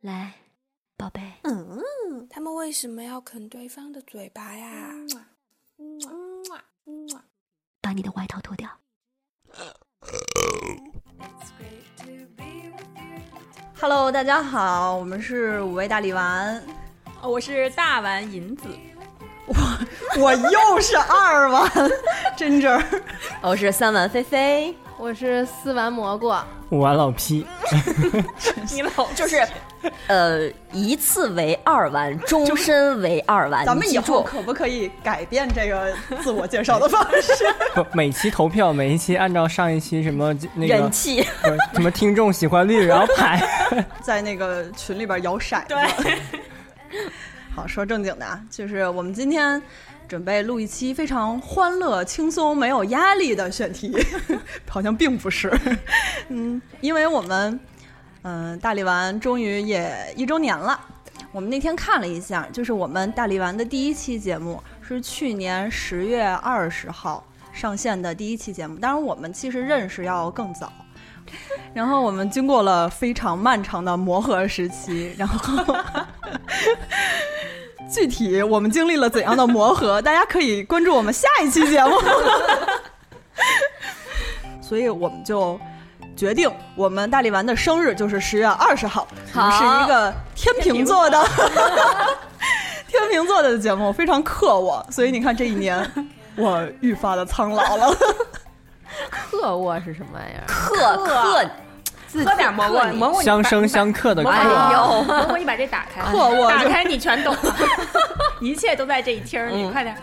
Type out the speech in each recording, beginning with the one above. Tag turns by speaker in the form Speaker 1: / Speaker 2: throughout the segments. Speaker 1: 来，宝贝，
Speaker 2: 嗯，
Speaker 3: 他们为什么要啃对方的嘴巴呀？嗯啊嗯啊
Speaker 1: 把你的外套脱掉。
Speaker 2: Hello，大家好，我们是五味大力丸，
Speaker 4: 哦我是大丸银子，
Speaker 2: 我又是二丸，真真儿，
Speaker 5: 我是三丸菲菲，
Speaker 6: 哎我是四丸蘑菇，
Speaker 7: 五完老 P，
Speaker 4: 你老
Speaker 5: 就是，呃，一次为二丸，终身为二丸。
Speaker 2: 咱们
Speaker 5: 你
Speaker 2: 以
Speaker 5: 记
Speaker 2: 后
Speaker 5: 住，
Speaker 2: 可不可以改变这个自我介绍的方 式？
Speaker 7: 不， 每期投票，每一期按照上一期什么那个
Speaker 5: 人气，
Speaker 7: 不是什么听众喜欢率，然后排。
Speaker 2: 在那个群里边摇骰子。 好，说正经的啊，就是我们今天准备录一期非常欢乐、轻松、没有压力的选题， 好像并不是。 嗯，因为我们嗯、呃大力丸终于也一周年了。我们那天看了一下，就是我们大力丸的第一期节目是去年十月二十号上线的第一期节目，当然我们其实认识要更早。然后我们经过了非常漫长的磨合时期，然后 具体我们经历了怎样的磨合，大家可以关注我们下一期节目。 所以我们就决定，我们大力丸的生日就是十月二十号，我们是一个天秤座的 天秤座的节目，非常克我，所以你看这一年我愈发的苍老了。
Speaker 6: 克沃是什么玩意儿？
Speaker 5: 克克，
Speaker 4: 喝点蘑菇，蘑菇你
Speaker 7: 相
Speaker 4: 把
Speaker 7: 生相克的歌，
Speaker 5: 哎呦，
Speaker 4: 蘑菇你把这打开，
Speaker 2: 克我
Speaker 4: 打
Speaker 2: 就
Speaker 4: 开你全懂了，一切都在这一听儿里，快点，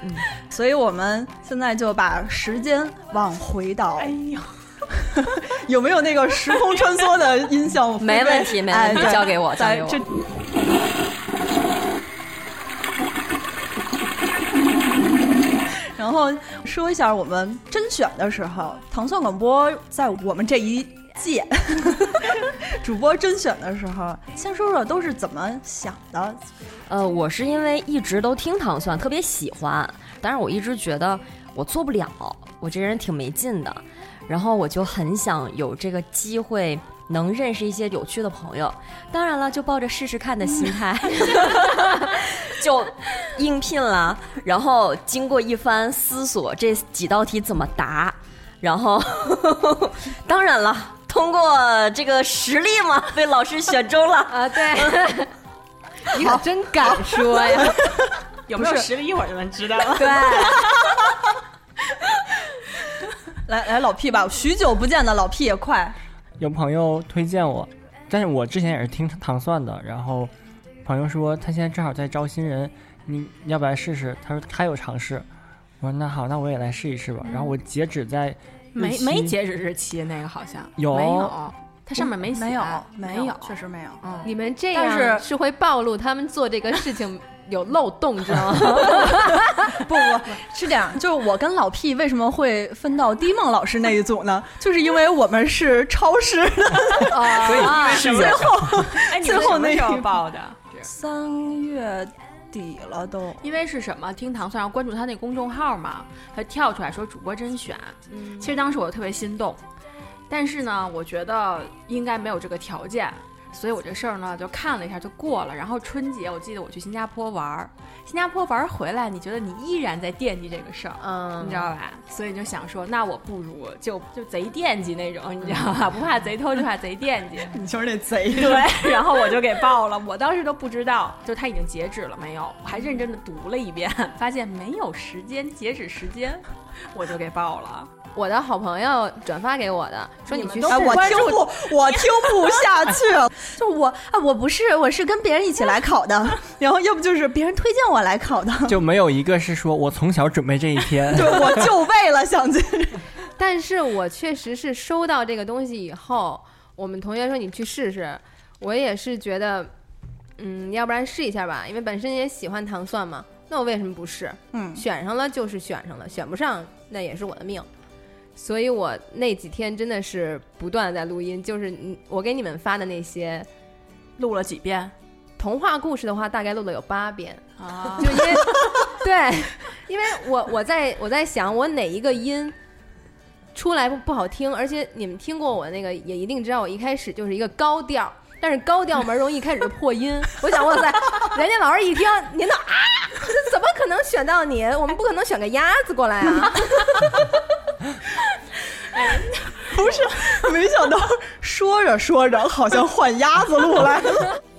Speaker 2: 所以我们现在就把时间往回倒。
Speaker 4: 哎呦，
Speaker 2: 有没有那个时空穿梭的音效？
Speaker 5: 没问题没问题
Speaker 2: 哎对
Speaker 5: 交给我
Speaker 2: 在
Speaker 5: 交给
Speaker 2: 这
Speaker 5: 我。
Speaker 2: 然后说一下，我们甄选的时候，糖蒜广播在我们这一届 主播甄选的时候，先说说都是怎么想的。
Speaker 5: 呃，我是因为一直都听糖蒜，特别喜欢，但是我一直觉得我做不了，我这人挺没劲的，然后我就很想有这个机会能认识一些有趣的朋友，当然了，就抱着试试看的心态，就应聘了，然后经过一番思索，这几道题怎么答，然后当然了，通过这个实力嘛，被老师选中了。
Speaker 6: 啊，对，你可真敢说呀！
Speaker 4: 有没有实力一会儿就能知道了。
Speaker 5: 对，
Speaker 2: 来来，老 P 吧，许久不见的老 P 也快。
Speaker 7: 有朋友推荐我，但是我之前也是听糖蒜的，然后朋友说他现在正好在招新人，你要不来试试？他说他有尝试，我说那好，那我也来试一试吧。然后我截止在
Speaker 4: 没
Speaker 7: 日期
Speaker 4: 没截止日期，那个好像
Speaker 7: 有
Speaker 4: 没有？它上面没写
Speaker 2: 没有，
Speaker 4: 没
Speaker 2: 有
Speaker 4: 有，，
Speaker 2: 确实没有。
Speaker 4: 嗯，
Speaker 6: 你们这
Speaker 2: 但是
Speaker 6: 样是会暴露他们做这个事情有漏洞，知道吗？
Speaker 2: 不不，是这样，就是我跟老 P 为什么会分到低梦老师那一组呢？就是因为我们是超时 的，
Speaker 6: 所以
Speaker 7: 试一下，
Speaker 4: 哎，你
Speaker 2: 最
Speaker 4: 们
Speaker 2: 后
Speaker 4: 什么
Speaker 2: 那
Speaker 4: 时
Speaker 2: 一
Speaker 4: 候
Speaker 2: 步
Speaker 4: 报的？
Speaker 2: 三月底了都。
Speaker 4: 因为是什么？听糖蒜，然后关注他那公众号嘛，他跳出来说主播甄选。
Speaker 2: 嗯
Speaker 4: 其实当时我特别心动，但是呢，我觉得应该没有这个条件，所以我这事儿呢就看了一下就过了。然后春节我记得我去新加坡玩儿，新加坡玩儿回来，你觉得你依然在惦记这个事儿。
Speaker 6: 嗯
Speaker 4: 你知道吧？所以就想说，那我不如就就贼惦记那种，你知 道吧？不怕贼偷，就怕贼惦记。
Speaker 2: 你就是那 贼，
Speaker 4: 对，然后我就给报了。我当时都不知道，就他已经截止了没有，我还认真的读了一遍，发现没有时间截止时间，我就给报了。
Speaker 6: 我的好朋友转发给我的，说你去
Speaker 2: 哎，我
Speaker 6: 关
Speaker 2: 听
Speaker 6: 注
Speaker 2: 不， 我听不下去了。 就我啊，我不是，我是跟别人一起来考的， 然后要不就是别人推荐我来考的，
Speaker 7: 就没有一个是说我从小准备这一 天。
Speaker 2: 就我就为了想进。
Speaker 6: 但是我确实是收到这个东西以后，我们同学说你去试试，我也是觉得，嗯，要不然试一下吧，因为本身也喜欢糖蒜嘛，那我为什么不试？
Speaker 2: 嗯，
Speaker 6: 选上了就是选上了，选不上那也是我的命。所以我那几天真的是不断地在录音，就是你我给你们发的那些
Speaker 4: 录了几遍
Speaker 6: 童话故事的话，大概录了有八遍，
Speaker 4: 啊
Speaker 6: 就因为对，因为我我在我在想我哪一个音出来不不好听，而且你们听过我那个也一定知道，我一开始就是一个高调，但是高调门容易开始就破音。我想，哇塞，人家老师一听，您的啊，怎么可能选到你？我们不可能选个鸭子过来啊！
Speaker 2: 不是，没想到说着说着好像换鸭子路来了。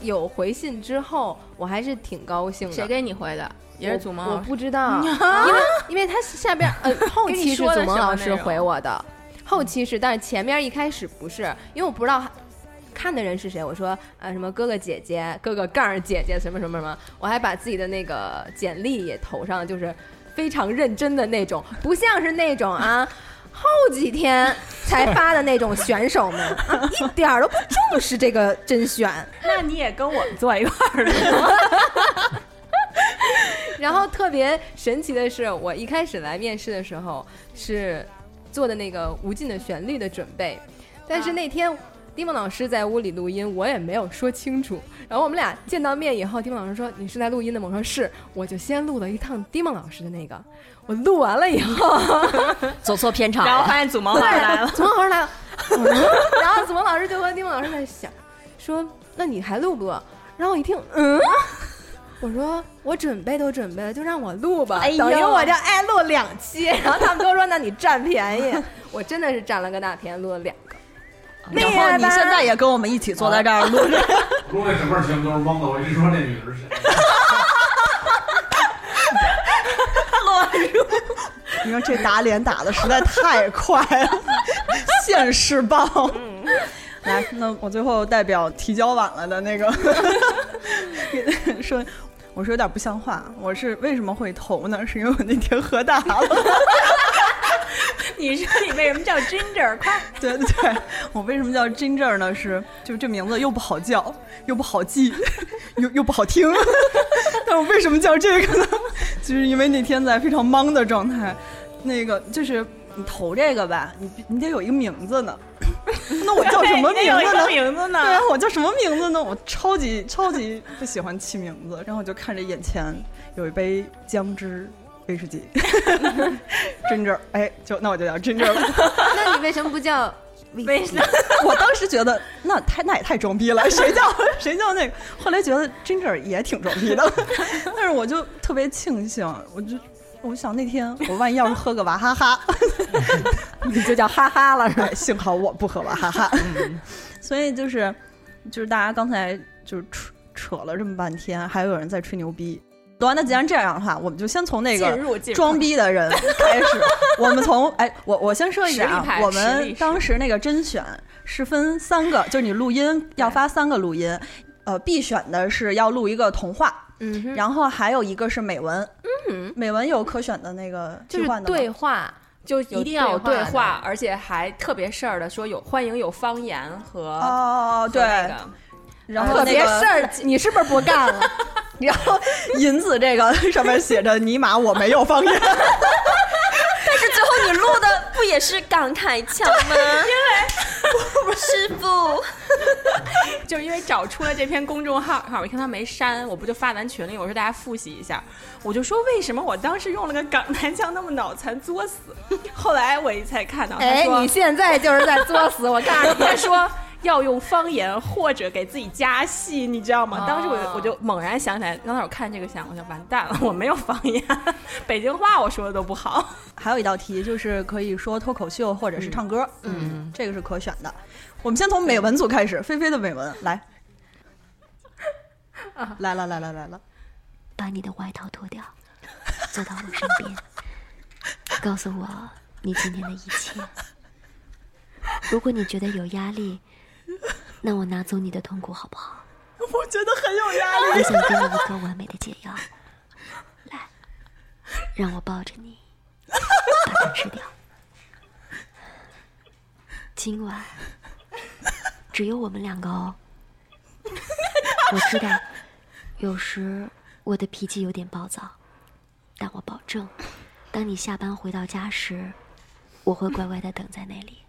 Speaker 6: 有回信之后，我还是挺高兴的。
Speaker 8: 谁给你回的？也是祖萌
Speaker 6: 我
Speaker 8: 老
Speaker 6: 我
Speaker 8: 师。
Speaker 6: 不 知道，因为因为他下边呃后期是祖萌老师回我的，后期是，但是前面一开始不是，因为我不知道 看的人是谁，我说呃什么哥哥姐姐，哥哥杠儿姐姐什么什么什么，我还把自己的那个简历也投上，就是非常认真的那种，不像是那种啊。后几天才发的那种选手们，啊、一点儿都不重视这个甄选，
Speaker 8: 那你也跟我们坐一块儿了？
Speaker 6: 然后特别神奇的是，我一开始来面试的时候是做的那个《无尽的旋律》的准备，但是那天。丁梦老师在屋里录音，我也没有说清楚。然后我们俩见到面以后，丁梦老师说：“你是在录音的吗？”我说：“是。”我就先录了一趟丁梦老师的那个。我录完了以后，
Speaker 5: 走错片场
Speaker 8: 然后
Speaker 5: 了。
Speaker 8: 发现祖萌老师来了，
Speaker 6: 子萌老师来了， 嗯然 后子萌老师就和丁梦老师在想，说那你还录不录？然后我一听，嗯，我说我准备都准备了，就让我录吧，
Speaker 5: 哎呦
Speaker 6: 等于我就挨录两期。 然后他们都说，那你占便宜，我真的是占了个大便宜，录了两个。厉
Speaker 2: 哦然后
Speaker 6: 害
Speaker 2: 你
Speaker 6: 吧
Speaker 2: 现在也跟我们一起坐在这儿录着，
Speaker 9: 说为什么全部都是蒙的？我一说这女的是谁？
Speaker 2: 你说这打脸打的实在太快了，现世报。来，那我最后代表提交晚了的那个 说，我说有点不像话。我是为什么会投呢？是因为我那天喝大了。
Speaker 8: 你说你为什么叫 Ginger？快，
Speaker 2: 对对对，我为什么叫 Ginger 呢？是就这名字又不好叫，又不好记， 又又不好听。 但我为什么叫这个呢？就是因为那天在非常忙的状态，那个就是你投这个吧，你你得有一个名字呢。 那我叫什么名字呢？
Speaker 8: 名字呢
Speaker 2: 对啊，我叫什么名字呢？我超级超级不喜欢起名字，然后我就看着眼前有一杯姜汁威士忌 ，Ginger，哎，就那我就叫 Ginger 吧。
Speaker 6: 那你为什么不叫？
Speaker 8: 为什么？
Speaker 2: 我当时觉得那太那也太装逼了，谁叫谁叫那个？后来觉得 Ginger 也挺装逼的，但是我就特别庆幸，我就我想那天我万一要是喝个娃哈哈，你就叫哈哈了是吧？幸好我不喝娃哈哈，所以就是就是大家刚才就是扯扯了这么半天，还有人在吹牛逼。对啊，那既然这样的话，我们就先从那个
Speaker 8: 进入进入
Speaker 2: 装逼的 人开始。我们从哎，我我先说一下
Speaker 8: 实力
Speaker 2: 啊，
Speaker 8: 派
Speaker 2: 我
Speaker 8: 实力
Speaker 2: 们
Speaker 8: 实
Speaker 2: 当时那个甄选是分三个，就是你录音要发三个录音，呃，必选的是要录一个童话，
Speaker 6: 嗯哼，嗯
Speaker 2: 然后还有一个是美文，
Speaker 8: 嗯
Speaker 6: 哼
Speaker 2: 美文有可选的那个
Speaker 6: 就
Speaker 2: 替换
Speaker 6: 是
Speaker 2: 的吗
Speaker 6: 对话，
Speaker 8: 就一定要有对
Speaker 6: 有对
Speaker 8: 话，而且还特别事儿的说有欢迎有方言和
Speaker 2: 哦
Speaker 8: 和
Speaker 2: 对，
Speaker 8: 那个
Speaker 2: 然后
Speaker 6: 特
Speaker 2: 那
Speaker 6: 别
Speaker 2: 个
Speaker 6: 事儿，你是不是不干了？
Speaker 2: 然后银子这个上面写着尼玛我没有方言，
Speaker 5: 但是最后你录的不也是感慨腔吗？因为师傅，
Speaker 8: 就是因为找出了这篇公众号，号我一看他没删，我不就发咱群里，我说大家复习一下，我就说为什么我当时用了个港台腔那么脑残作死， 后来我一才看到他
Speaker 6: 哎，
Speaker 8: 说、
Speaker 6: 你现在就是在作死，我告 诉你。
Speaker 8: 他说要用方言或者给自己加戏，你知道
Speaker 6: 哦
Speaker 8: 吗？当时我就我就猛然想起来，刚才我看这个想，我就完蛋了，我没有方言， 北京话我说的都不好。
Speaker 2: 还有一道题就是可以说脱口秀或者是唱歌，嗯，这个是可选的。我们先从美文组开始，菲菲的美文来，来了来了来了，
Speaker 1: 把你的外套脱掉，坐到我身边，告诉我你今天的一切。如果你觉得有压力，那我拿走你的痛苦好不好？
Speaker 2: 我觉得很 有压力。
Speaker 1: 我想给你一个完美的解药，来，让我抱着你，把它吃掉。今晚只有我们两个哦。我知道，有时我的脾气有点暴躁，但我保证，当你下班回到家时，我会乖乖的等在那里。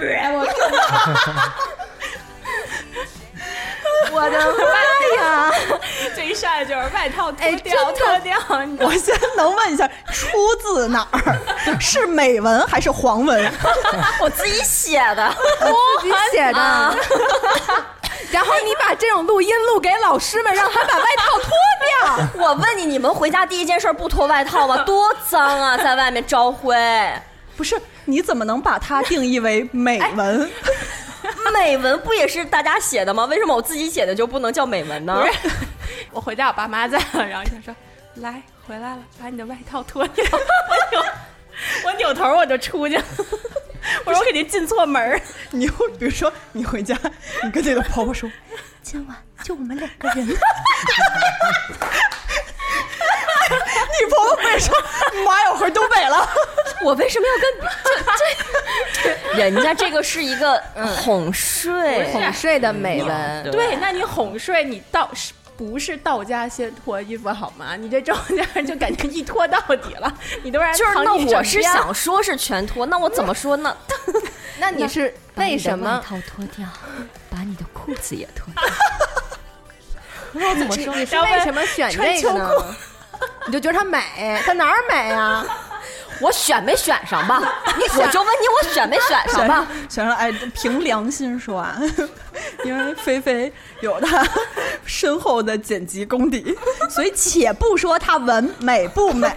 Speaker 4: 哎
Speaker 6: 我的妈呀！
Speaker 8: 这一
Speaker 4: 上来就是外套脱
Speaker 6: 哎
Speaker 4: 掉
Speaker 6: 真的
Speaker 4: 脱掉，你知道
Speaker 2: 我先能问一下，出自哪儿？ 是美文还是黄文？
Speaker 5: 我自己写的，
Speaker 6: 自己写的。然后你把这种录音录给老师们，让他把外套脱掉。
Speaker 5: 我问你，你们回家第一件事不脱外套吗？多脏啊，在外面招灰。
Speaker 2: 不是，你怎么能把它定义为美文？
Speaker 5: 哎美文不也是大家写的吗？为什么我自己写的就不能叫美文呢？
Speaker 4: 我回家我爸妈在了，然后就说来回来了，把你的外套脱掉，我扭我扭头我就出去 了，我说我肯定进错门儿，
Speaker 2: 你会比如说你回家，你跟你的婆婆说，
Speaker 1: 今晚就我们两个 人。
Speaker 2: 你婆婆会说妈呀，我回东北了。
Speaker 5: 我为什么要跟这这这？人家 这个是一个
Speaker 4: 嗯
Speaker 5: 哄睡，
Speaker 6: 哄睡的美文，
Speaker 4: 对，那你哄睡你到是。不是到家先脱衣服好吗？你这周家就感觉一脱到底了，你都让人
Speaker 5: 就是
Speaker 4: 藏
Speaker 5: 那
Speaker 4: 一
Speaker 5: 我
Speaker 4: 整
Speaker 5: 是
Speaker 4: 天
Speaker 5: 想说是全脱，那我怎么说呢？
Speaker 6: 那你是
Speaker 1: 把你
Speaker 6: 为
Speaker 1: 的
Speaker 6: 什
Speaker 1: 外
Speaker 6: 么？
Speaker 1: 套脱掉，把你的裤子也脱掉。
Speaker 6: 我怎么说？你是
Speaker 4: 要不
Speaker 6: 为
Speaker 4: 然
Speaker 6: 什么选
Speaker 4: 穿
Speaker 6: 这个呢？你就觉得它美，它哪儿美啊？
Speaker 5: 我选没选上吧？我就问你，我选没选上吧？
Speaker 2: 想让哎，凭良心说啊， 因为菲菲有她深厚的剪辑功底，所以且不说她文美不美，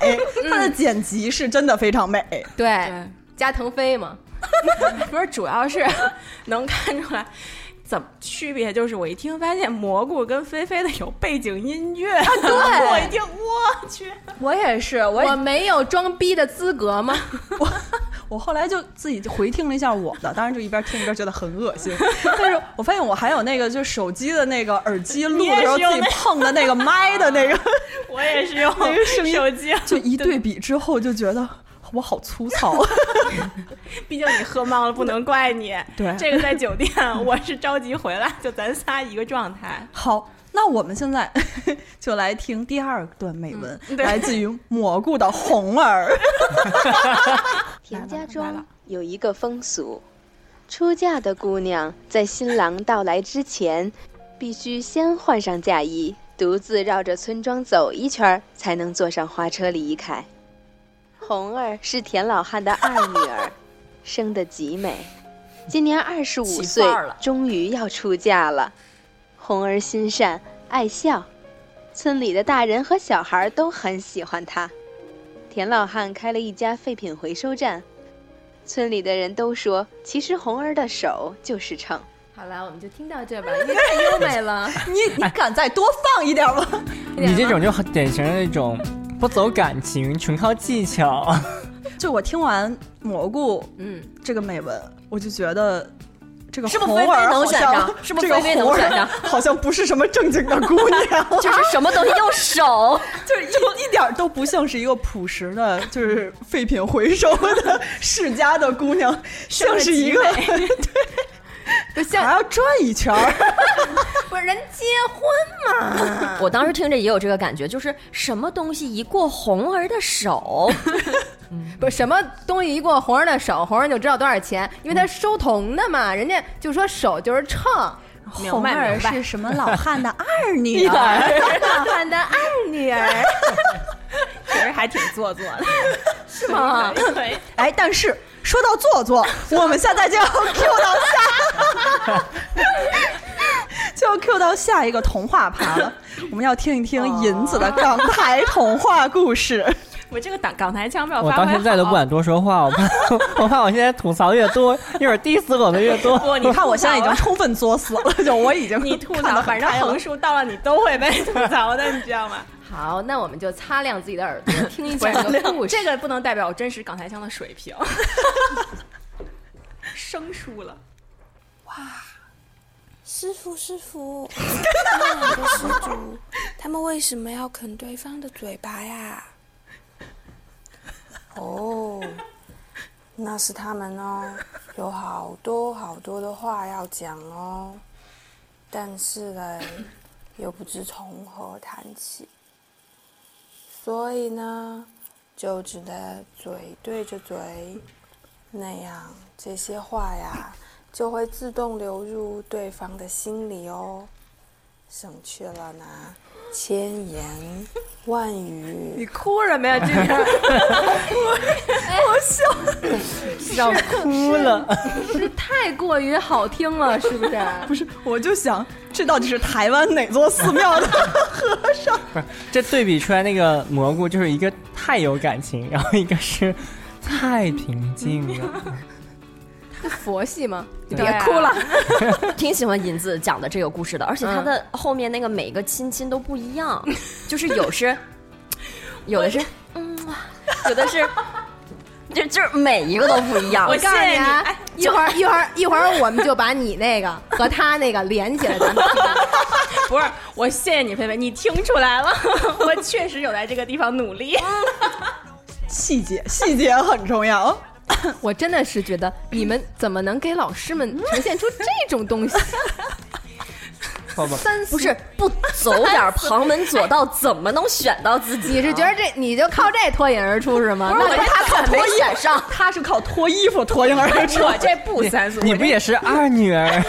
Speaker 5: 嗯
Speaker 2: 她的剪辑是真的非常美。
Speaker 6: 对
Speaker 4: 对，
Speaker 6: 加腾飞嘛，
Speaker 4: 不是，主要是 能看出来。怎么区别？就是我一听发现蘑菇跟菲菲的有背景音乐，
Speaker 6: 啊
Speaker 5: 啊
Speaker 4: 我一听我去，
Speaker 2: 我也是，我
Speaker 6: 我没有装逼的资格 吗？
Speaker 2: 我我后来就自己回听了一下我的， 当然就一边听一边觉得很恶心， 但是我发现我还有那个就是手机的那个耳机录的时候
Speaker 4: 你也是用
Speaker 2: 自己
Speaker 4: 那
Speaker 2: 碰的那个麦的那个，
Speaker 4: 我也是用
Speaker 2: 那个声音
Speaker 4: 手机，
Speaker 2: 就一对比之后就觉得我好粗糙。
Speaker 4: 毕竟你喝懵了，不能怪你。
Speaker 2: 对
Speaker 4: 这个在酒店，我是着急回来，就咱仨一个状 态。
Speaker 2: 好，那我们现在 就来听第二段美文，
Speaker 4: 嗯对
Speaker 2: 来自于蘑菇的红儿。
Speaker 10: 田家庄有一个风俗，出嫁的姑娘在新郎到来之前，必须先换上嫁衣，独自绕着村庄走一圈儿，才能坐上花车离开。红儿是田老汉的二女儿，生得极美，今年二十五岁
Speaker 5: 起范儿了，
Speaker 10: 终于要出嫁了。红儿心善爱笑，村里的大人和小孩儿都很喜欢她。田老汉开了一家废品回收站，村里的人都说，其实红儿的手就是秤。
Speaker 6: 好了，我们就听到这吧，因为太优美
Speaker 4: 啊
Speaker 6: 了。
Speaker 2: 你你敢再多放一点吗？
Speaker 7: 你这种就很典型的那种不走感情，纯靠技巧。
Speaker 2: 就我听完蘑菇
Speaker 6: 嗯，
Speaker 2: 这个美文，我就觉得。这个
Speaker 5: 是不是
Speaker 2: 红
Speaker 5: 菲菲
Speaker 2: 儿好
Speaker 5: 能选
Speaker 2: 像
Speaker 5: 上是不是
Speaker 2: 这个
Speaker 5: 菲菲能
Speaker 2: 红儿
Speaker 5: 选上
Speaker 2: 好像不是什么正经的姑娘，
Speaker 5: 就是什么东西用手，
Speaker 2: 就是一一点儿都不像是一个朴实的，就是废品回收的世家的姑 娘，像是一个
Speaker 6: 就
Speaker 2: 还
Speaker 6: 像
Speaker 2: 要转一圈儿。
Speaker 6: 不是人结婚嘛？
Speaker 5: 我当时听着也有这个感觉，就是什么东西一过红儿的手，
Speaker 6: 不是什么东西一过红儿的手，红儿就知道多少钱，
Speaker 10: 嗯
Speaker 6: 因为他收铜的嘛，人家就说手就是秤。
Speaker 2: 红儿是什么老汉的二女啊
Speaker 6: 女
Speaker 2: 儿？
Speaker 6: 儿，老汉的二女儿，
Speaker 4: 确实还挺做作的，
Speaker 6: 是吗？
Speaker 4: 对，
Speaker 2: 哎，但是说到做作，我们现在就要 Q 到下， 就要 Q 到下一个童话趴了。我们要听一听银子的港台童话故事。
Speaker 4: 我这个港港台腔没有
Speaker 7: 我
Speaker 4: 发挥
Speaker 7: 到现在都不
Speaker 4: 好
Speaker 7: 敢多说话，我怕 我怕我现在吐槽越多，一会儿 diss 我的越多。
Speaker 4: 不，你
Speaker 2: 你看，我现在已经
Speaker 4: 吐
Speaker 2: 充分作死了，就我已经
Speaker 4: 槽了你吐
Speaker 2: 看得
Speaker 4: 槽，
Speaker 2: 很
Speaker 4: 反正
Speaker 2: 开了
Speaker 4: 横竖到了你都会被吐槽的，你知道吗？
Speaker 6: 好，那我们就擦亮自己的耳朵，听一 下这个故事。
Speaker 4: 这个不能代表我真实港台腔的水平，生疏了。
Speaker 3: 师傅，师傅，他们两个失足，他们为什么要啃对方的嘴巴呀？哦，那是他们哦，有好多好多的话要讲哦，但是嘞，又不知从何谈起，所以呢，就只得嘴对着嘴，那样这些话呀。就会自动流入对方的心里哦，省去了拿千言万语
Speaker 2: 你哭什么呀？这是
Speaker 7: 让哭了。
Speaker 6: 是太过于好听了，是不是？
Speaker 2: 不是？我就想，这到底是台湾哪座寺庙的 和尚？
Speaker 7: 不是，这对比出来那个蘑菇，就是一个太有感情，然后一个是太平静 了。
Speaker 6: 是佛系吗？
Speaker 7: 对
Speaker 8: 别
Speaker 4: 啊
Speaker 6: 啊
Speaker 8: 哭了，
Speaker 5: 挺喜欢银子讲的这个故事的，而且它 的后面那个每个亲亲都不一样，
Speaker 4: 嗯
Speaker 5: 就是有是，有的是嗯，有的是，就就是每一个都不一样。
Speaker 6: 我告诉你
Speaker 4: 哎
Speaker 6: 啊，一会儿一会儿一会儿我们就把你那个和他那个连起来，咱 们
Speaker 4: 不是，我谢谢你，菲菲，你听出来了， 我确实有在这个地方努力。
Speaker 2: 细节，细节很重要。
Speaker 6: 我真的是觉得你们怎么能给老师们呈现出这种东西？
Speaker 7: 好吧，
Speaker 5: 不是不走点旁门左道，怎么能选到自己啊呢？
Speaker 6: 你是觉得这你就靠这脱颖而出是吗？那
Speaker 5: 那他可没选上？
Speaker 2: 他是靠脱衣服脱颖而出，
Speaker 4: 我这不三俗，
Speaker 7: 你不也是二女儿？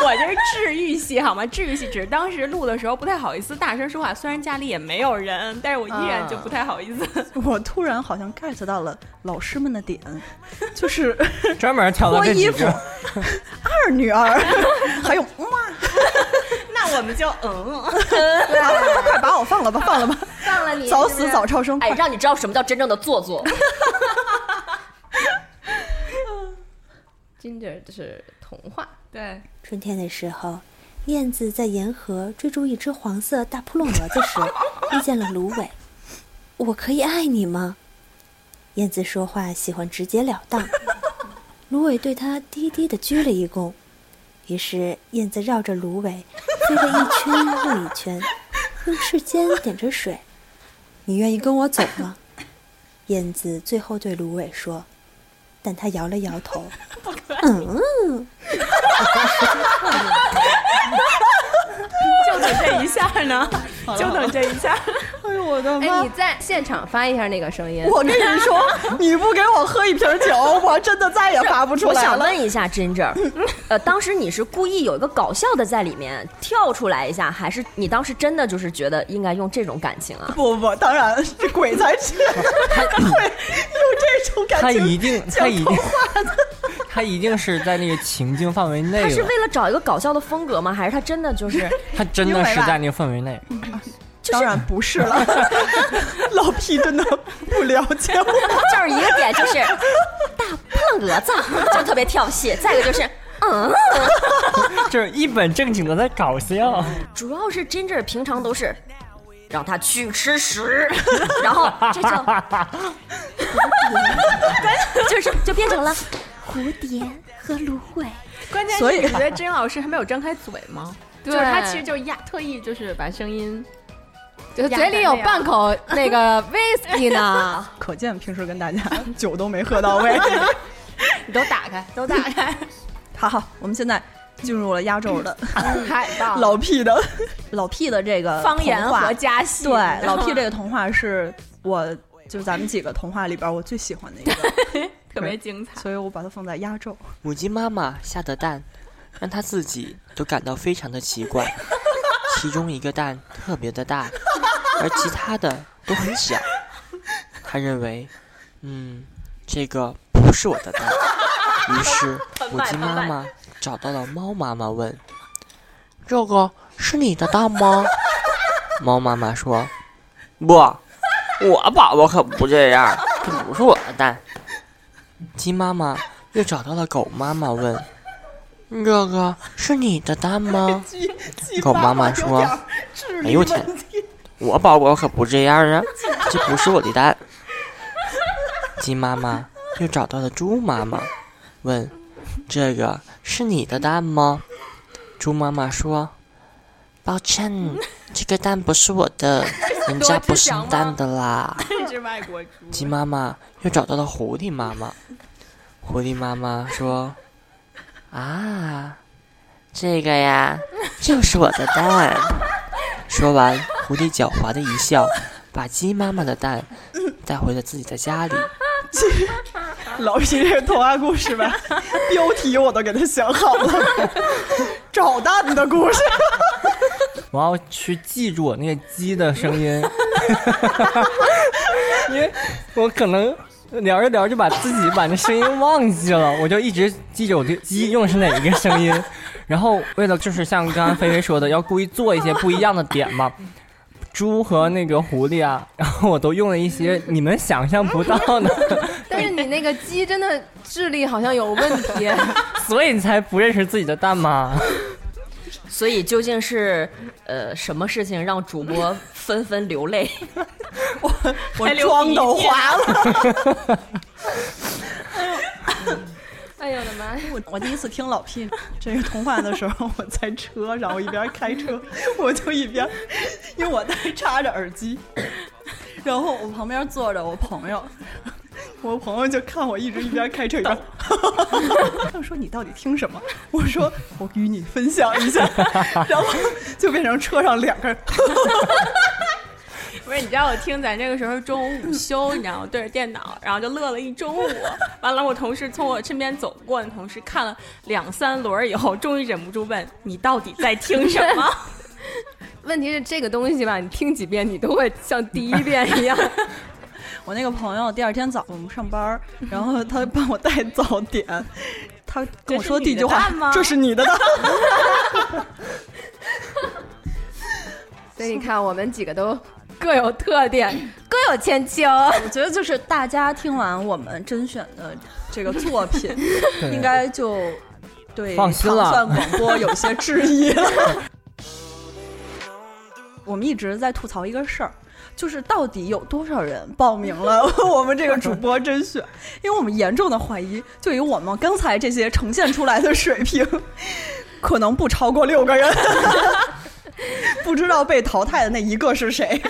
Speaker 4: 我这是治愈系好吗？治愈系只是当时录的时候不太好意思大声说话，虽然家里也没有人，但是我依然就
Speaker 6: 嗯
Speaker 4: 不太好意思。
Speaker 2: 我突然好像 get 到了老师们的点，就是
Speaker 7: 专门挑的
Speaker 2: 脱
Speaker 7: 这
Speaker 2: 衣
Speaker 7: 几
Speaker 2: 服
Speaker 7: 个。
Speaker 2: 二女儿， 还有嗯啊哇，
Speaker 4: 那我们就 嗯，
Speaker 2: 啊
Speaker 5: 啊
Speaker 2: 快把我放了吧，放了 吧，
Speaker 6: 放了你
Speaker 2: 早死早超生，
Speaker 5: 哎，
Speaker 2: 快
Speaker 5: 让你知道什么叫真正的做作。
Speaker 6: Ginger 就是童话，
Speaker 4: 对，
Speaker 11: 春天的时候，燕子在沿河追逐一只黄色大扑棱蛾子时，遇见了芦苇。我可以爱你吗？燕子说话喜欢直截了当， 芦苇对它低低的鞠了一躬。于是，燕子绕着芦苇飞了一圈又一圈，用翅尖点着水。你愿意跟我走吗？ 燕子最后对芦苇说，但它摇了摇头。 嗯。
Speaker 4: 就等这一下呢，就等这一下。
Speaker 2: 哎呦我的
Speaker 6: 哎，
Speaker 2: 妈
Speaker 6: 你！在现场发一下那个声音，
Speaker 2: 我跟你说， 你不给我喝一瓶 酒，我真的再也发不出
Speaker 5: 我
Speaker 2: 来
Speaker 5: 想
Speaker 2: 了。
Speaker 5: 问一下 Ginger，呃， 当时你是故意有一个搞笑的在里面跳出来一下，还是你当时真的就是觉得应该用这种感情啊？
Speaker 2: 不不不，当然这鬼才是 会有这种
Speaker 7: 他
Speaker 2: 感
Speaker 7: 一
Speaker 2: 情。
Speaker 7: 定，他一定，他一定是在那个情境范围内
Speaker 5: 他是
Speaker 7: 了。
Speaker 5: 为了找一个搞笑的风格吗？还是他真的就是
Speaker 7: 他真的是在那个氛围内。
Speaker 2: 当然不是了， 老 P 真的不了解我。
Speaker 5: 就是一个点就是大胖蛾子就特别跳戏，再一个就是。嗯，
Speaker 7: 就是一本正经的在 搞笑，
Speaker 5: 主要是 Ginger 平常都是让他去吃屎， 然后 这就就是就变成了
Speaker 11: 蝴蝶和芦苇。
Speaker 4: 关键
Speaker 2: 所
Speaker 4: 是
Speaker 2: 以
Speaker 4: 你觉得甄老师还没有张开嘴吗？
Speaker 6: 对
Speaker 4: 就是他其实就压特意就是把声音
Speaker 6: 就嘴里有半 口那个 whisky 呢。
Speaker 2: 可见平时跟大家 酒都没喝到位。
Speaker 4: 你都打开，都打开，
Speaker 2: 好好，我们现在进入了压轴的
Speaker 4: 嗯太棒了！
Speaker 2: 老 P 的老 P 的这个
Speaker 4: 方言
Speaker 2: 童话
Speaker 4: 和家戏，
Speaker 2: 对
Speaker 4: 你知道
Speaker 2: 老
Speaker 4: 吗
Speaker 2: P 这个童话是我就咱们几个童话里边我最喜欢的一个，
Speaker 4: 特别精彩。
Speaker 2: 所以我把它放在压轴。
Speaker 12: 母鸡妈妈下的蛋，让它自己都感到非常的奇怪。其中一个蛋特别的大，而其他的都很小。它认为，嗯，这个不是我的蛋。于是，母鸡妈妈找到了猫妈妈，问：“这个是你的蛋吗？”猫妈妈说：“不，我宝宝可不这样，这不是我的蛋。”鸡妈妈又找到了狗妈妈，问：“这个是你的蛋吗？”狗妈妈说：“哎呦我天，我宝宝可不这样啊，这不是我的蛋。”鸡妈妈又找到了猪妈妈，问：“这个是你的蛋吗？”猪妈妈说：“抱歉，这个蛋不是我的，人家不生蛋的 啦。”
Speaker 4: 这只外国猪，
Speaker 12: 鸡妈妈又找到了狐狸妈妈。狐狸妈妈说：“啊，这个呀，就是我的蛋。” 说完，狐狸狡猾的一笑，把鸡妈妈的蛋带回了自己的家里。
Speaker 2: 老 P 这个童话故事吧，标题我都给他想好了，找蛋的故事。
Speaker 7: 我要去记住我那个鸡的声音， 因为我可能聊着聊着把自己把那声音忘记了，我就一直记着我的鸡用的是哪一个声音。然后为了就是像刚刚菲菲说的，要故意做一些不一样的点嘛。猪和那个狐狸啊，然后我都用了一些你们想象不到的，
Speaker 6: 但是你那个鸡真的智力好像有问题，
Speaker 7: 所以你才不认识自己的蛋嘛。
Speaker 5: 所以究竟是呃什么事情让主播纷纷流泪？
Speaker 2: 我妆都花 了。
Speaker 6: 哎呦我的妈！
Speaker 2: 我我第一次听老 P 这个童话的时候，我在车上，我一边开车，我就一边，因为我戴插着耳机，然后我旁边坐着我朋友，我朋友就看我一直一边开车一边， 他说你到底听什么？我说我与你分享一下， 然后就变成车上两个人。
Speaker 4: 不是，你知道我听咱这个时候中午午休，你知道吗？对着电脑，然后就乐了一中午。完了，我同事从我身边走过，那同事看了两三轮以后，终于忍不住问：“你到底在听什么？”
Speaker 6: 问题是这个东西吧，你听几遍你都会像第一遍一样。
Speaker 2: 我那个朋友第二天早上我们上班，然后他帮我带早点，他跟我说第一句话：“这是你的蛋。”
Speaker 6: 所以你看，我们几个都。各有特点， 各有千秋。
Speaker 2: 我觉得就是大家听完我们甄选的这个作品， 应该就对
Speaker 7: 放心了。
Speaker 2: 算广播有 些质疑了。 我们一直在吐槽一个事儿，就是到底有多少人报名了 我们这个主播甄选？因为我们严重的怀疑，就以我们刚才这些呈现出来的水平， 可能不超过六个人。 不知道被淘汰的那一个是谁，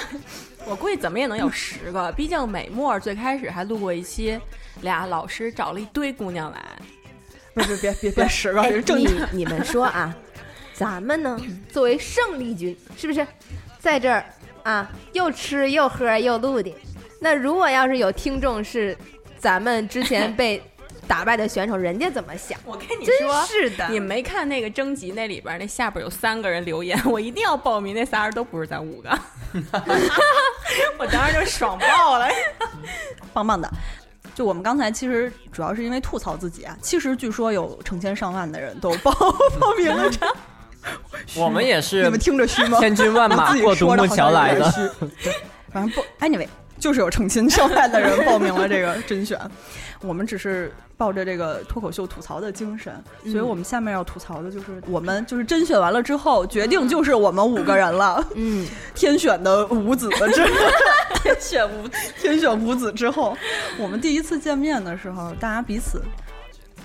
Speaker 8: 我估计怎么也能有十个。毕竟美墨最开始还录过一期，俩老师找了一堆姑娘来。
Speaker 2: 不是别别别十个，这是正
Speaker 6: 你你们说啊，咱们呢作为胜利军，是不是在这儿啊又吃又喝又录的？那如果要是有听众是咱们之前被。打败的选手，人家怎么想？
Speaker 8: 我跟你说，
Speaker 6: 是的，
Speaker 8: 你没看那个征集那里边那下边有三个人留言，我一定要报名，那仨人都不是咱五个，我当时就爽爆了，
Speaker 2: 棒棒的。就我们刚才其实主要是因为吐槽自己啊，其实据说有成千上万的人都报报名了这。
Speaker 7: 我们也是，
Speaker 2: 你们听着虚吗？
Speaker 7: 千军万马过独木桥来的，
Speaker 2: 反正不，anyway。就是有成千上万的人报名了这个甄选，我们只是抱着这个脱口秀吐槽的精神，所以我们下面要吐槽的就是我们就是甄选完了之后，决定就是我们五个人了。
Speaker 8: 嗯，
Speaker 2: 天选的五子之 天选五天选五子之后，我们第一次见面的时候，大家彼此。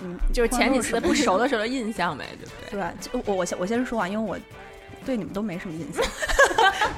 Speaker 2: 嗯，
Speaker 8: 就是前几次不熟的时候的印象呗，对不
Speaker 2: 对？对吧？我我先我先说啊，因为我。对你们都没什么印 象，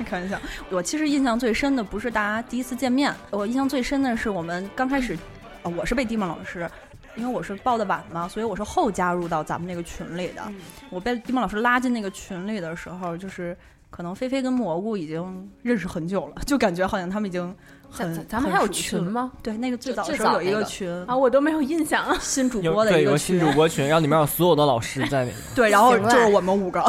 Speaker 2: 开玩笑。我其实印象最深的不是大家第一次见面，我印象最深的是我们刚开始，呃、我是被蒂梦老师，因为我是报的晚嘛，所以我是后加入到咱们那个群里的。嗯、我被蒂梦老师拉进那个群里的时候，就是可能菲菲跟蘑菇已经认识很久了，就感觉好像他们已经很。
Speaker 8: 咱们还有群 吗？
Speaker 2: 对，那个最早时候有一
Speaker 8: 个
Speaker 2: 群、那
Speaker 8: 个、啊，我都没有印象。
Speaker 2: 新主播的
Speaker 7: 对
Speaker 2: 一
Speaker 7: 个
Speaker 2: 新
Speaker 7: 主 播群，然后里面有所有的老师在里面。
Speaker 2: 对，然后就是我们五个。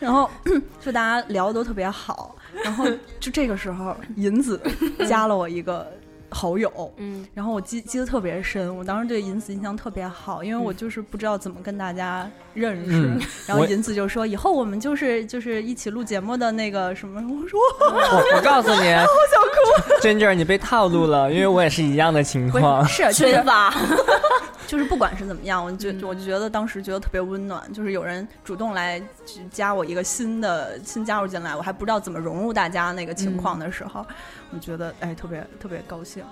Speaker 2: 然后 就大家聊的都特别好，然后就这个时候，银子加了我一个好友，
Speaker 8: 嗯，
Speaker 2: 然后我记记得特别深，我当时对银子印象特别好，因为我就是不知道怎么跟大家认识，
Speaker 7: 嗯、
Speaker 2: 然后银子就说以后我们就是就是一起录节目的那个什么，我说
Speaker 7: 我我告诉你，
Speaker 2: 我想哭，
Speaker 7: 珍珍你被套路了，因为我也是一样的情况，
Speaker 2: 是群
Speaker 5: 发。
Speaker 2: 就是不管是怎么样，我就我就觉得当时觉得特别温暖，就是有人主动来加我一个新的新加入进来，我还不知道怎么融入大家那个情况的时候，嗯、我觉得哎特别特别高 兴。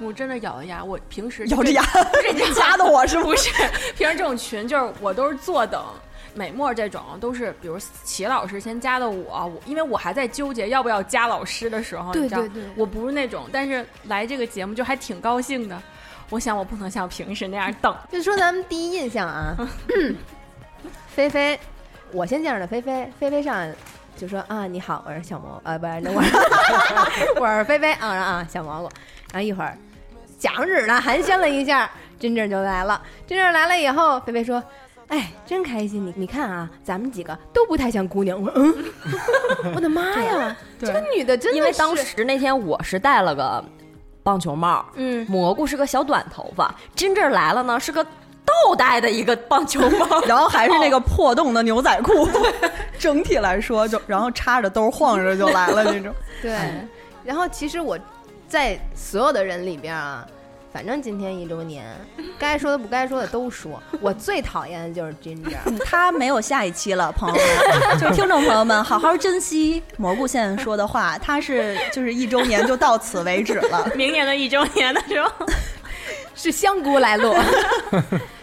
Speaker 8: 我真的咬着牙，我平时
Speaker 2: 咬着牙，
Speaker 8: 这
Speaker 2: 夹的我是
Speaker 8: 不是？平时这种群就是我都是坐等。美墨这种都是，比如齐老师先加的我，我因为我还在纠结要不要加老师的时候，
Speaker 6: 对
Speaker 8: 对对你
Speaker 6: 知道，
Speaker 8: 我不是那种，但是来这个节目就还挺高兴的。我想我不能像平时那样等。
Speaker 6: 就说咱们第一印象啊，菲菲，我先见着的菲菲，菲菲上就说啊你好，我是小蘑，呃不是我 是我是菲菲啊啊小蘑菇，然后一会儿假中指呢寒暄了一下，真正就来了，真正来了以后，菲菲说。哎，真开心！你你看啊，咱们几个都不太像姑娘。我说嗯，我的妈呀，这个女的真的
Speaker 5: 因为
Speaker 6: 是
Speaker 5: 当时那天我是戴了个棒球帽，
Speaker 6: 嗯，
Speaker 5: 蘑菇是个小短头发，真正来了呢是个倒戴的一个棒球帽
Speaker 2: ，然后还是那个破洞的牛仔裤， 整体来说就然后插着兜晃着就来了那种。哎
Speaker 6: 对，然后其实我在所有的人里边啊，反正今天一周年，该说的不该说的都说。我最讨厌的就是 Ginger，
Speaker 2: 他没有下一期了，朋友们，就是听众朋友们，好好珍惜蘑菇现在说的话，他是就是一周年就到此为止 了。
Speaker 4: 明年的一周年的时候，
Speaker 6: 是香菇来录。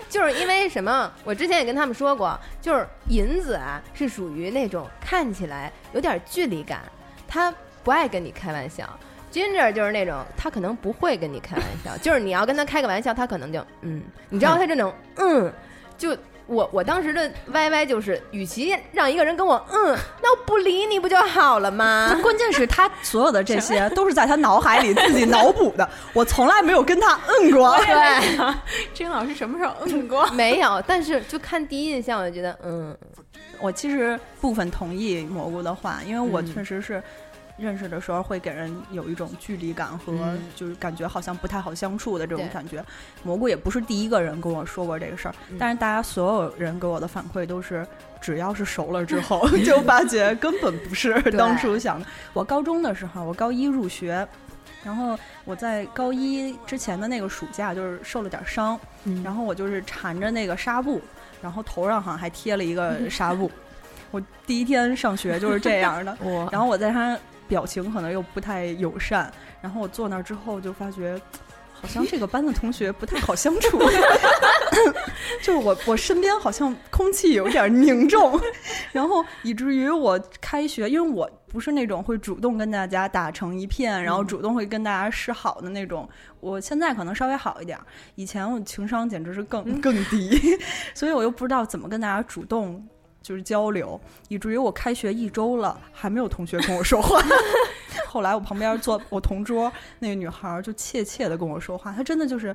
Speaker 6: 就是因为什么？我之前也跟他们说过，就是银子啊，是属于那种看起来有点距离感，他不爱跟你开玩笑。Ginger 就是那种他可能不会跟你开玩笑， 就是你要跟他开个玩笑，他可能就嗯，你知道他这种嗯，就我我当时的 YY 就是，与其让一个人跟我嗯，那我不理你不就好了吗？
Speaker 2: 关键是他所有的这些都是在他脑海里自己脑补的，我从来没有跟他嗯过。
Speaker 6: 对，
Speaker 4: 这老师什么时候嗯过？
Speaker 6: 没有，但是就看第一印象，我就觉得嗯，
Speaker 2: 我其实部分同意蘑菇的话，因为
Speaker 6: 嗯
Speaker 2: 我确实是认识的时候会给人有一种距离感和
Speaker 6: 嗯
Speaker 2: 就是感觉好像不太好相处的这种
Speaker 6: 对
Speaker 2: 感觉。蘑菇也不是第一个人跟我说过这个事儿，
Speaker 6: 嗯
Speaker 2: 但是大家所有人给我的反馈都是，只要是熟了 之后，就发觉根本不是当初想的。我高中的时候，我高一入学。然后我在高一之前的那个暑假，就是受了点伤，
Speaker 6: 嗯
Speaker 2: 然后我就是缠着那个纱布，然后头上好像还贴了一个纱布。我第一天上学就是这样的
Speaker 6: 哇，
Speaker 2: 然后我在他表情可能又不太友善，然后我坐那儿之后就发觉，好像这个班的同学不太好相处， 就是我我身边好像空气有点凝重，然后以至于我开学，因为我不是那种会主动跟大家打成一片，然后主动会跟大家示好的那种，我现在可能稍微好一点儿，以前我情商简直是更 更低，所以我又不知道怎么跟大家主动。就是交流，以至于我开学一周了，还没有同学跟我说话。 后来我旁边坐我同桌那个女孩儿就怯怯的跟我说话，她真的就是，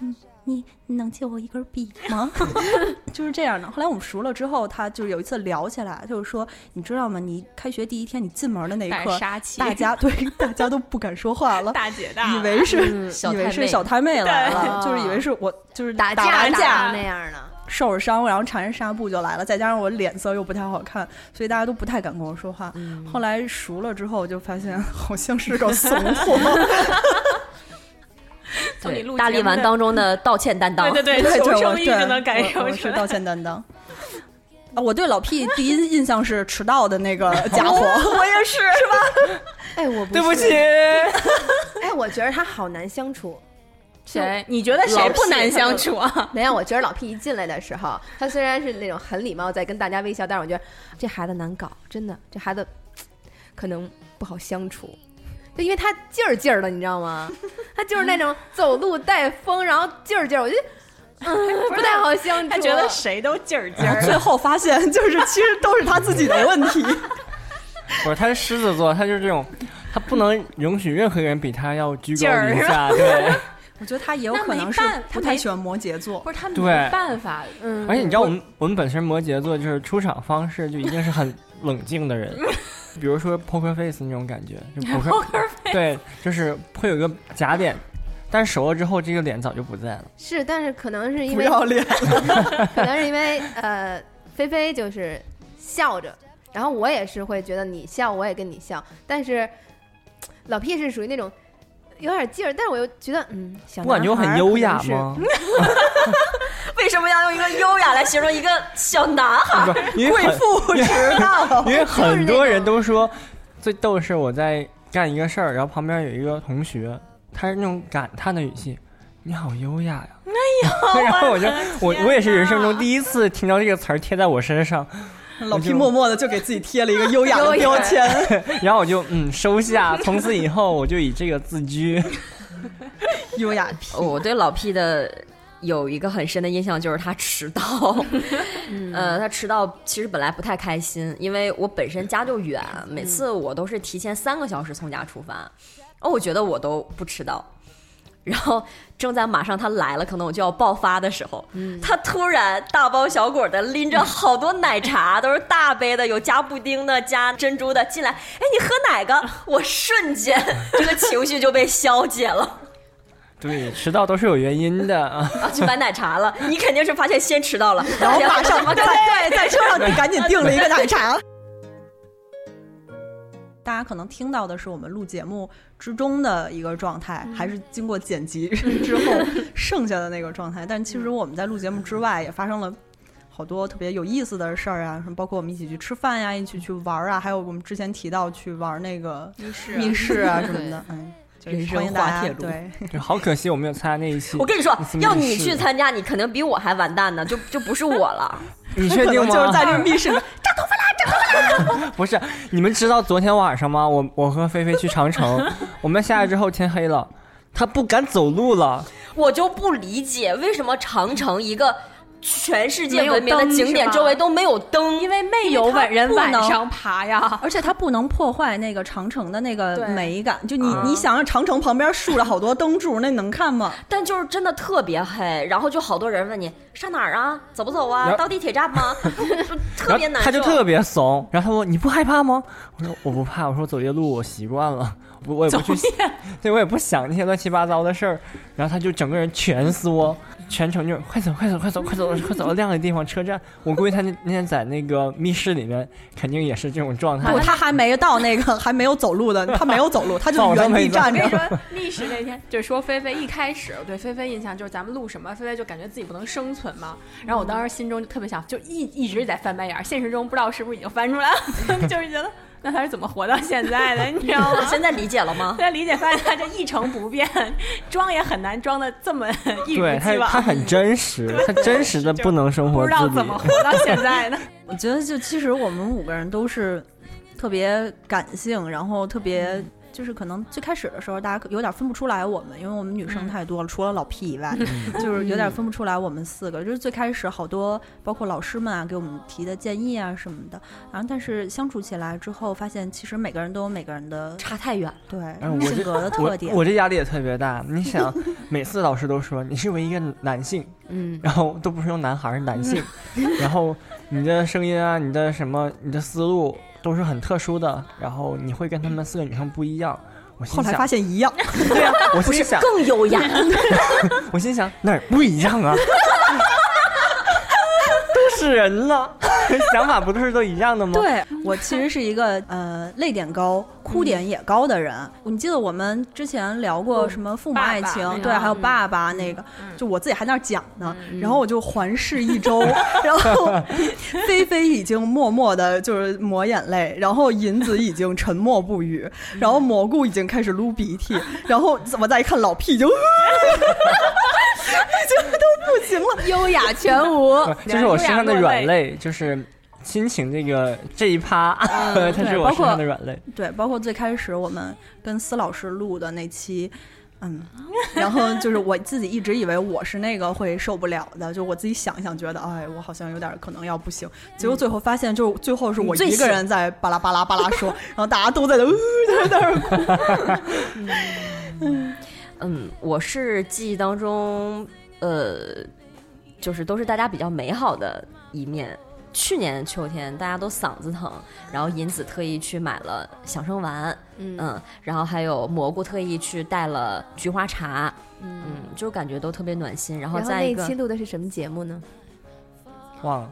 Speaker 2: 嗯，你你能借我一根笔 吗？ 就是这样的。后来我们熟了之后，她就是有一次聊起来，就是说，你知道吗？你开学第一天，你进门的那一
Speaker 4: 带
Speaker 2: 刻，
Speaker 4: 杀气
Speaker 2: 大家对大家都不敢说话 了，
Speaker 4: 大姐大
Speaker 2: 以为是、
Speaker 4: 嗯小
Speaker 2: 以
Speaker 4: 太
Speaker 2: 为
Speaker 4: 妹
Speaker 2: 是小太妹来了，啊
Speaker 4: 对
Speaker 2: 就是以为是我就是
Speaker 6: 打
Speaker 2: 打
Speaker 6: 架
Speaker 2: 完架
Speaker 6: 打那样的。
Speaker 2: 受着伤，然后缠着纱布就来了，再加上我脸色又不太好看，所以大家都不太敢跟我说话。
Speaker 5: 嗯
Speaker 2: 后来熟了之后，我就发现 好像是 个怂货。
Speaker 4: 从你录
Speaker 5: 大
Speaker 4: 节
Speaker 5: 力
Speaker 4: 目
Speaker 5: 丸
Speaker 4: 的
Speaker 5: 当中的道歉担当，
Speaker 4: 对对
Speaker 2: 对，
Speaker 4: 求
Speaker 2: 对我
Speaker 4: 生欲
Speaker 2: 对
Speaker 4: 就能感
Speaker 2: 我
Speaker 4: 受
Speaker 2: 我
Speaker 4: 出
Speaker 2: 是
Speaker 4: 来
Speaker 2: 道歉担当。啊，我对老 P 第一印象是迟到的那个 家伙，我也是，是吧？
Speaker 6: 哎，我不
Speaker 2: 对不
Speaker 6: 是
Speaker 2: 起
Speaker 6: 哎，我觉得他好难相处。
Speaker 4: 谁
Speaker 6: 就
Speaker 4: 你觉得谁不难相处 啊？
Speaker 6: 没有，我觉得老 P 一进来的时候，他虽然是那种很礼貌，在跟大家微笑，但是我觉得这孩子难搞，真的，这孩子可能不好相处。就因为他劲儿劲儿的，你知道 吗？他就是那种走路带风，然后劲儿劲儿，我觉得。 嗯，不太好相处。
Speaker 4: 他觉得谁都劲儿劲儿。
Speaker 2: 最后发现就是其实都是他自己的问题。
Speaker 7: 不是，他是狮子座，他就是这种，他不能容许任何人比他要居高
Speaker 4: 劲儿
Speaker 7: 临
Speaker 4: 是吧
Speaker 7: 下，对。
Speaker 2: 我觉得他也有
Speaker 4: 那
Speaker 2: 可
Speaker 4: 没
Speaker 2: 能是
Speaker 4: 办他
Speaker 2: 不太
Speaker 4: 没
Speaker 2: 喜欢摩羯座，
Speaker 4: 不是他
Speaker 7: 没对办
Speaker 4: 法，嗯
Speaker 7: 而且你知道，我们我们本身摩羯座就是出场方式就一定是很冷静的人，比如说 poker face 那种感觉，就 poker,
Speaker 4: Poker
Speaker 7: 对，就是会有一个假脸，但是熟了之后，这个脸早就不在了。
Speaker 6: 是，但是可能是因
Speaker 7: 不
Speaker 6: 为
Speaker 7: 要脸
Speaker 6: 可能是因为呃，菲菲就是笑着，然后我也是会觉得你笑，我也跟你笑，但是老 P 是属于那种有点劲儿，但是我又觉得嗯，小
Speaker 7: 不感觉我
Speaker 6: 男孩
Speaker 7: 很
Speaker 6: 儿
Speaker 7: 优
Speaker 6: 可能
Speaker 7: 雅
Speaker 6: 是
Speaker 7: 吗？
Speaker 5: 为什么要用一个优雅来形容一个小男孩？
Speaker 7: 不因为很因为 因为很多人都说，最逗的是我在干一个事儿，然后旁边有一个同学，他是那种感叹的语气：“你好 优雅呀！”哎然后我就我我也是人生中第一次听到这个词儿贴在我身上，
Speaker 2: 老
Speaker 7: 我
Speaker 2: 皮
Speaker 7: 就
Speaker 2: 默默的就给自己贴了一个优 雅的标签。
Speaker 7: 然后我就嗯收下，从此以后我就以这个自居。
Speaker 2: 优雅 P，
Speaker 5: 我对老 P 的有一个很深的印象就是他迟到，
Speaker 2: 嗯
Speaker 5: 呃，他迟到其实本来不太开心，因为我本身家就远，
Speaker 2: 嗯
Speaker 5: 每次我都是提前三个小时从家出发，哦，我觉得我都不迟到。然后正在马上他来了，可能我就要爆发的时候，
Speaker 2: 嗯
Speaker 5: 他突然大包小裹的拎着好多奶茶，都是大杯的，有加布丁的、加珍珠的进来。哎，你喝哪个？我瞬间 这个情绪就被消解了
Speaker 7: 对，迟到都是有原因的啊。
Speaker 5: 啊！ 去买奶茶了，你肯定是发现先迟到了，
Speaker 2: 然后
Speaker 5: 哎呀
Speaker 2: 马上
Speaker 5: 怎么
Speaker 2: 在
Speaker 5: 办
Speaker 2: 对在车上就赶紧订了一个奶茶。大家可能听到的是我们录节目之中的一个状态，
Speaker 4: 嗯
Speaker 2: 还是经过剪辑之后剩下的那个 状态。但其实我们在录节目之外也发生了好多特别有意思的事儿啊，什么包括我们一起去吃饭呀、一起去玩儿啊，还有我们之前提到去玩那个
Speaker 4: 密室啊
Speaker 2: 密室啊什么的，嗯，就是
Speaker 7: 人生
Speaker 2: 欢迎大
Speaker 7: 滑
Speaker 2: 家
Speaker 7: 铁卢
Speaker 2: 对，
Speaker 7: 就好可惜我没有参加那一期。
Speaker 5: 我跟你说
Speaker 7: 那次，面
Speaker 5: 要你
Speaker 7: 试
Speaker 5: 去参加，你肯定比我还完蛋呢，就就不是我了。
Speaker 7: 你确 定吗？
Speaker 5: 就是在这
Speaker 2: 密室里。
Speaker 7: 不是，你们知道昨天晚上吗？我我和菲菲去 长城，我们下来之后天黑了，她不敢走路了。
Speaker 5: 我就不理解为什么长城一个全世界
Speaker 8: 没有
Speaker 5: 闻名的
Speaker 8: 灯
Speaker 5: 景点
Speaker 8: 是吧
Speaker 5: 周围都没有灯，
Speaker 8: 因为没
Speaker 5: 有晚人晚上
Speaker 8: 爬呀，
Speaker 2: 而且它不能破坏那个长城的那个
Speaker 5: 对
Speaker 2: 美感。就你、
Speaker 5: 啊
Speaker 2: 你想想，长城旁边竖着好多灯柱，那能看吗？
Speaker 5: 但就是真的特别黑，然后就好多人问你上哪儿啊，走不走
Speaker 7: 然
Speaker 5: 啊，
Speaker 7: 后
Speaker 5: 到地铁站吗？ 就特
Speaker 7: 然
Speaker 5: 别
Speaker 7: 后
Speaker 5: 难受。？
Speaker 7: 她就特别怂，然后她问你不害怕吗？我说我不怕，我说走夜路我习惯了，我我也不去， 对我也不想那些乱七八糟的事儿。然后她就整个人蜷缩，全程就是快走快走快走快走快走到亮的地方车站。我估计她那那天在那个密室里面肯定也是这种状态。
Speaker 2: 不，他还没到那个，还没有走路的，他没有走路，他就
Speaker 7: 早都
Speaker 2: 原地
Speaker 7: 没走
Speaker 2: 站着。
Speaker 8: 历史那天就是说菲菲一开始我对菲菲印象就是咱们录什么，菲菲就感觉自己不能生存嘛。然后我当时心中就特别想，就一一直在翻白眼儿，现实中不知道是不是已经翻出来了， 就是觉得那他是怎么活到现在的，你知道吗
Speaker 5: 现在理解了吗
Speaker 8: 现？在理解发现他这一成不变， 装也很难装的这么 一如
Speaker 7: 对
Speaker 8: 既
Speaker 7: 她
Speaker 8: 往，
Speaker 7: 她很真实，她真实的不能生
Speaker 8: 不
Speaker 7: 活
Speaker 8: 知
Speaker 7: 自理。
Speaker 8: 道怎么活到现在 的。
Speaker 2: 我觉得，就其实我们五个人都是特别感性，然后特别。
Speaker 7: 嗯
Speaker 2: 就是可能最开始的时候，大家有点分不出来我们，因为我们女
Speaker 7: 嗯
Speaker 2: 生太多了，除了老 P 以外， 就是有点分不出来我们四个。就是最开始好多，包括老师们啊给我们提的建议啊什么的，然后但是相处起来之后，发现其实每个人都有每个人的
Speaker 5: 差太远，
Speaker 2: 对
Speaker 7: 哎，我
Speaker 2: 性
Speaker 7: 这
Speaker 2: 格的特点
Speaker 7: 我。我这压力也特别大。你想，每次老师都说你是唯一一个男 性，
Speaker 5: 嗯，
Speaker 7: 然后都不是用男孩儿，是男性，然后你的声音啊，你的什么，你的思路都是很特殊的，然后你会跟他们四个女生不一样。我心
Speaker 2: 后来
Speaker 7: 想
Speaker 2: 发，现一样，
Speaker 7: 对呀、我
Speaker 5: 不
Speaker 7: 心
Speaker 5: 是
Speaker 7: 想，
Speaker 5: 更优雅，
Speaker 7: 我心想哪儿不一样啊？ 都是人呢， 想法不都是都一样的吗？，
Speaker 2: 对我其实是一个呃泪点高、哭点也高的人。你记得我们之前聊过什么父母
Speaker 8: 爸爸
Speaker 2: 爱情，
Speaker 8: 那个
Speaker 2: 对，还有
Speaker 8: 嗯
Speaker 2: 爸爸那个，就我自己还在那儿讲呢，然后我就环视一周，然后 菲菲已经默默的就是抹眼泪，然后银子已经沉默不语，然后蘑菇已经开始撸鼻涕， 然后我再一看老 屁已经。已经都不行了，
Speaker 6: 优雅全
Speaker 2: 哦
Speaker 6: 无
Speaker 7: 呃这是我身上的软肋，就是亲情这个这一趴， 它是
Speaker 2: 对
Speaker 7: 我
Speaker 2: 包
Speaker 7: 身上
Speaker 2: 括
Speaker 7: 的软肋。
Speaker 2: 对，包括最开始我们跟司老师录的那期， 嗯，然后就是我自己一直以为我是那个会受不了的，就我自己想一想觉得，哎，我好像有点可能要不行。结果最后发现，就是嗯最后是我
Speaker 5: 你最
Speaker 2: 一个
Speaker 5: 行
Speaker 2: 人在巴拉巴拉巴拉 说，然后大家都在那，呃，在那儿哭。
Speaker 5: 嗯，我是记忆当中，呃，就是都是大家比较美好的一面。去年秋天大家都嗓子疼，然后银子特意去买了响声丸，嗯然后还有蘑菇特意去带了菊花茶，嗯就感觉都特别暖心。然后
Speaker 6: 然后
Speaker 5: 再
Speaker 6: 那
Speaker 5: 一
Speaker 6: 一
Speaker 5: 个
Speaker 6: 期，录的是什么节目呢？
Speaker 7: 忘了。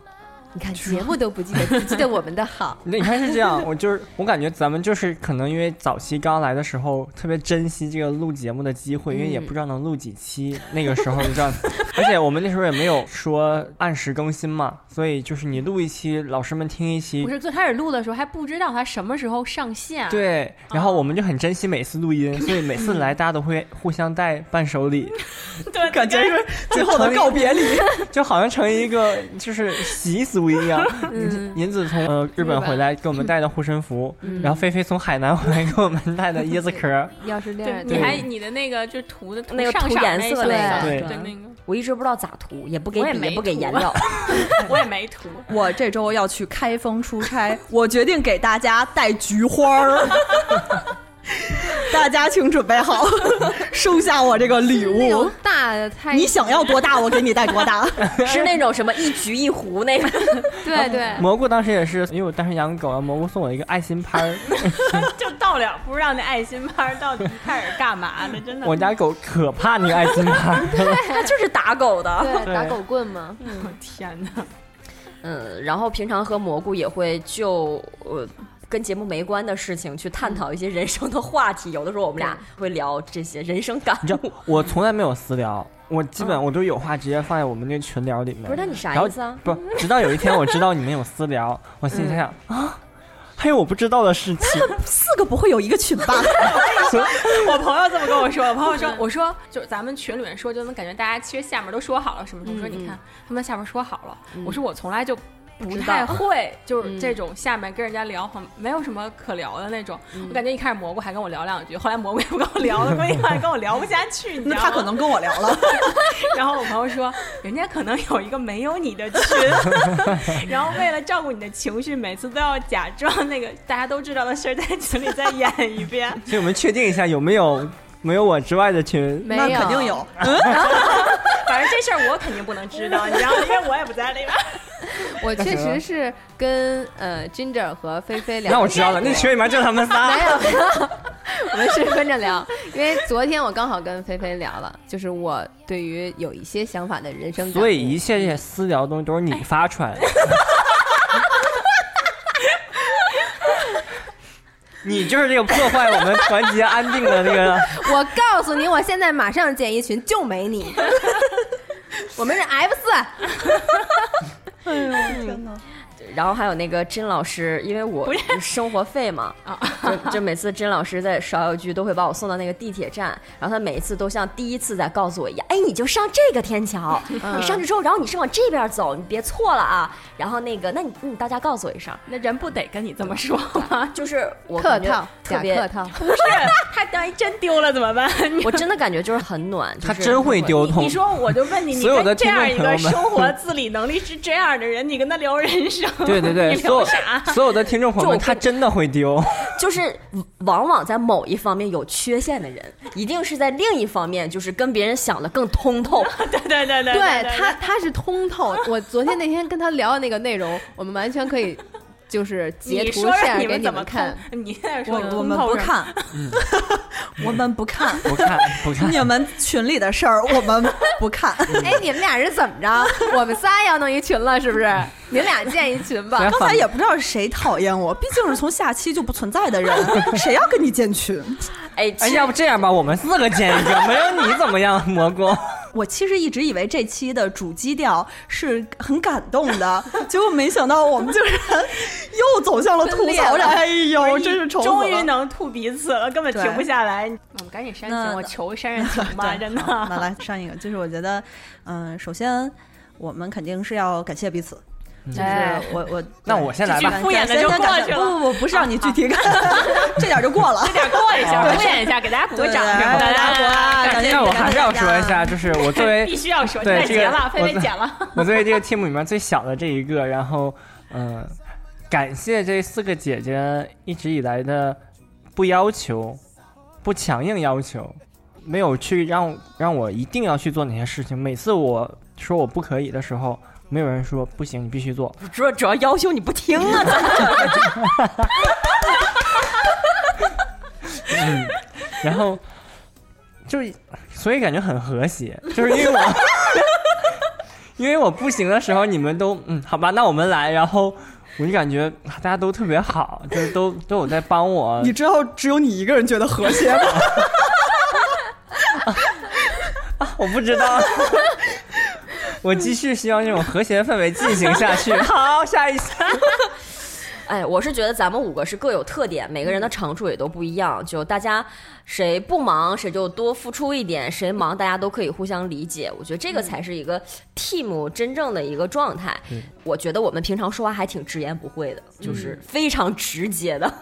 Speaker 6: 你看节目都不记得，只记得我们的 好。
Speaker 7: 那你看是这样，我就是我感觉咱们就是可能因为早期刚来的时候特别珍惜这个录节目的机会，因为也
Speaker 5: 嗯
Speaker 7: 不知道能录几期，那个时候你知道，而且我们那时候也没有说按时更新嘛，所以就是你录一期，老师们听一期
Speaker 8: 不，是最开始录的时候还不知道他什么时候上线，，
Speaker 7: 对，然后我们就很珍惜每次录音，所以每次来大家都会互相带伴手礼，
Speaker 2: 感觉 是最后的告别礼。
Speaker 7: 就好像成一个就是习俗一样。
Speaker 5: 嗯
Speaker 7: 银银子从呃日本回来给我们带的护身符，然后菲菲从海南回来给我们带的椰子壳。
Speaker 5: 嗯
Speaker 6: 要是恋
Speaker 8: 对，
Speaker 6: 爱
Speaker 8: 你
Speaker 7: 对
Speaker 8: 还你的那个就是涂的涂
Speaker 5: 那个
Speaker 8: 上
Speaker 5: 涂
Speaker 8: 色
Speaker 5: 颜色那
Speaker 8: 那
Speaker 5: 个
Speaker 7: 对
Speaker 8: 对
Speaker 5: 对
Speaker 8: 那个嗯
Speaker 5: 我一直不知道咋涂，也不给
Speaker 8: 我也
Speaker 5: 笔，
Speaker 8: 没
Speaker 5: 也不给
Speaker 8: 涂
Speaker 6: 啊
Speaker 5: 颜料，
Speaker 8: 我也没涂，
Speaker 2: 我这周要去开封出差，我决定给大家带菊花儿。 大家请准备好， 收下我这个礼物。
Speaker 6: 大的菜，
Speaker 2: 你想要多大，我给你带多大。
Speaker 5: 是那种什么一菊一壶那个，
Speaker 6: 对 对，
Speaker 7: 蘑菇当时也是，因为我当时养狗啊，蘑菇送我一个爱心拍 儿，
Speaker 4: 就到了不知道那爱心班到底一开始干嘛的，真的。
Speaker 7: 我家狗可怕那个爱心拍 儿。
Speaker 5: 他就是打狗的。
Speaker 6: 对，打狗棍嘛，
Speaker 4: 我 天哪！
Speaker 5: 嗯，然后平常和蘑菇也会就呃跟节目没关的事情去探讨一些人生的话题，有的时候我们俩会聊这些人生感
Speaker 7: 你知道
Speaker 5: 悟。
Speaker 7: 我从来没有私聊，我基本我都有话直接放在我们那个群聊里面。
Speaker 5: 哦不是那你啥
Speaker 7: 然后
Speaker 5: 意思啊
Speaker 7: 不，直到有一天我知道你们有私聊，我心里想想、
Speaker 5: 嗯
Speaker 7: 啊，还有我不知道的事 情。
Speaker 2: 四个不会有一个群吧？
Speaker 4: 我朋友这么跟我 说，我朋友
Speaker 2: 嗯
Speaker 4: 说，我说就是咱们群里面说，就能感觉大家其实下面都说好了什么什
Speaker 2: 嗯
Speaker 4: 么。我说你看他们下面说好了，我说我从来就。不太会，就是这种下面跟人家聊，很没有什么可聊的那种。
Speaker 2: 嗯
Speaker 4: 我感觉一开始蘑菇还跟我聊两句，后来蘑菇也不跟我聊了，关键后来跟我聊不下去，你知
Speaker 2: 那
Speaker 4: 道吗？
Speaker 2: 他可能跟我聊了。
Speaker 4: 然后我朋友说，人家可能有一个没有你的 群，然后为了照顾你的情绪，每次都要假装那个大家都知道的事儿在群里再演一遍。
Speaker 7: 所以我们确定一下有没有没有我之外的群。
Speaker 6: 没
Speaker 2: 那
Speaker 6: 有，
Speaker 2: 肯定有。
Speaker 4: 反正这事儿我肯定不能知道，你知道吗，因为我也不在里边。
Speaker 6: 我确实是跟呃 Ginger 和菲菲聊。
Speaker 7: 那我知道了，那群里面就他们仨。
Speaker 6: 没有，没有，我们是跟着聊，因为昨天我刚好跟菲菲聊了，就是我对于有一些想法的人生感悟，
Speaker 7: 所以一切这些私聊的东西都是你发出 来的。你就是这个破坏我们团结安定的那 个，
Speaker 6: 我告诉你，我现在马上建一群，就没你。 我们是 F 四，
Speaker 4: 哎
Speaker 2: 天哪！
Speaker 5: 然后还有那个甄老师，因为我生活 费嘛，
Speaker 4: 哦
Speaker 5: 就就每次甄老师在少有剧都会把我送到那个地铁站，然后他每次都像第一次在告诉我一样，哎，你就上这个 天桥，
Speaker 4: 嗯
Speaker 5: 你上去之后，然后你是往这边走，你别错了啊。然后那个，那你你到家告诉我一声，
Speaker 4: 那人不得跟你这么说吗？
Speaker 5: 就是我
Speaker 6: 客
Speaker 5: 感觉
Speaker 6: 套，
Speaker 5: 特
Speaker 6: 假
Speaker 5: 别
Speaker 6: 客套。
Speaker 4: 不是，他万一真丢了怎 么办？
Speaker 5: 我真的感觉就是很暖，就
Speaker 7: 他
Speaker 5: 是
Speaker 7: 真会丢桶
Speaker 4: 你。说，我就问你，你
Speaker 7: 所有的
Speaker 4: 跟这样一
Speaker 7: 听众朋
Speaker 4: 个
Speaker 7: 友们
Speaker 4: 生活自理能力是这样的人，你跟他聊人生，
Speaker 7: 对对对，
Speaker 4: 你
Speaker 7: 所
Speaker 4: 聊
Speaker 7: 有
Speaker 4: 啥？
Speaker 7: 所有的听众朋友们，
Speaker 5: 就
Speaker 7: 他真的会丢。
Speaker 5: 就是往往在某一方面有缺陷的人，一定是在另一方面就是跟别人想的更 通透。
Speaker 4: 对对对对
Speaker 6: 对
Speaker 4: 对
Speaker 6: 他，他是通透。我昨天那天跟他聊的那个内容，我们完全可以就是截
Speaker 4: 你
Speaker 6: 图
Speaker 4: 说说
Speaker 6: share
Speaker 4: 你
Speaker 6: 给
Speaker 4: 们
Speaker 6: 你
Speaker 4: 怎么
Speaker 6: 们看。
Speaker 4: 通？你在
Speaker 2: 我
Speaker 4: 说
Speaker 2: 我
Speaker 4: 通
Speaker 2: 们
Speaker 4: 透
Speaker 2: 不
Speaker 4: 什么
Speaker 2: 看，我们不看。
Speaker 7: 不看不看，
Speaker 2: 你们群里的事儿我们不看。
Speaker 6: 哎，你们俩是怎么着？我们仨要弄一群了，是不是？你们俩建一群吧。
Speaker 2: 刚才也不知道是谁讨厌我，毕竟是从下期就不存在的人，谁要跟你建群？
Speaker 5: 哎，
Speaker 7: 哎，
Speaker 5: 其实
Speaker 7: 要不这样吧，我们四个建一个， 没有你怎么样，蘑菇？
Speaker 2: 我其实一直以为这期的主基调是很感动的，结果没想到我们竟然又走向了吐槽上。哎呦，真是愁死了
Speaker 4: 终于能吐彼此了，根本停不下来。我们赶紧删
Speaker 2: 那
Speaker 4: 情，我求删删情吧，
Speaker 2: 对
Speaker 4: 真
Speaker 2: 好那
Speaker 4: 的。
Speaker 2: 来上一个，就是我觉得，嗯、首先我们肯定是要感谢彼此。
Speaker 4: 嗯
Speaker 2: 就是
Speaker 6: 哎
Speaker 2: 我我，
Speaker 7: 那我先来吧
Speaker 2: 感
Speaker 4: 敷衍的
Speaker 2: 感
Speaker 4: 就
Speaker 2: 感
Speaker 4: 过
Speaker 2: 感
Speaker 4: 去了
Speaker 2: 不不不，不是让你具体看， 这点儿就过了。
Speaker 4: 这点过一 下，敷衍一下， 给大家鼓个掌，
Speaker 2: 对
Speaker 4: 是吧
Speaker 2: 大家鼓啊感谢
Speaker 7: 但我还是要说一下，就是我作为
Speaker 4: 必须要说，
Speaker 7: 对
Speaker 4: 太
Speaker 7: 这个
Speaker 4: 结了，菲
Speaker 7: 我
Speaker 4: 菲剪了。
Speaker 7: 我作为这个 team 里面最小的这一个，然后嗯、呃感谢这四个姐姐一直以来的不要求、不强硬要求，没有去让让我一定要去做哪些事情。每次我说我不可以的时候，没有人说不行，你必须做。
Speaker 5: 主要主要要求你不听啊，
Speaker 7: 嗯，然后就是，所以感觉很和谐，就是因为我， 因为我不行的时候，你们都嗯，好吧，那我们来，然后我就感觉啊大家都特别好，就是都都有在帮我
Speaker 2: 你知道只有你一个人觉得和谐 吗？
Speaker 7: 啊，我不知道。 我继续希望这种和谐的氛围进行下 去。好，下一期。
Speaker 5: 哎，我是觉得咱们五个是各有特点，每个人的长处也都不一样。就大家谁不忙，谁就多付出一点；谁忙，大家都可以互相理解。我觉得这个才是一个 team 真正的一个状态。我觉得我们平常说话还挺直言不讳的，就是非常直接 的。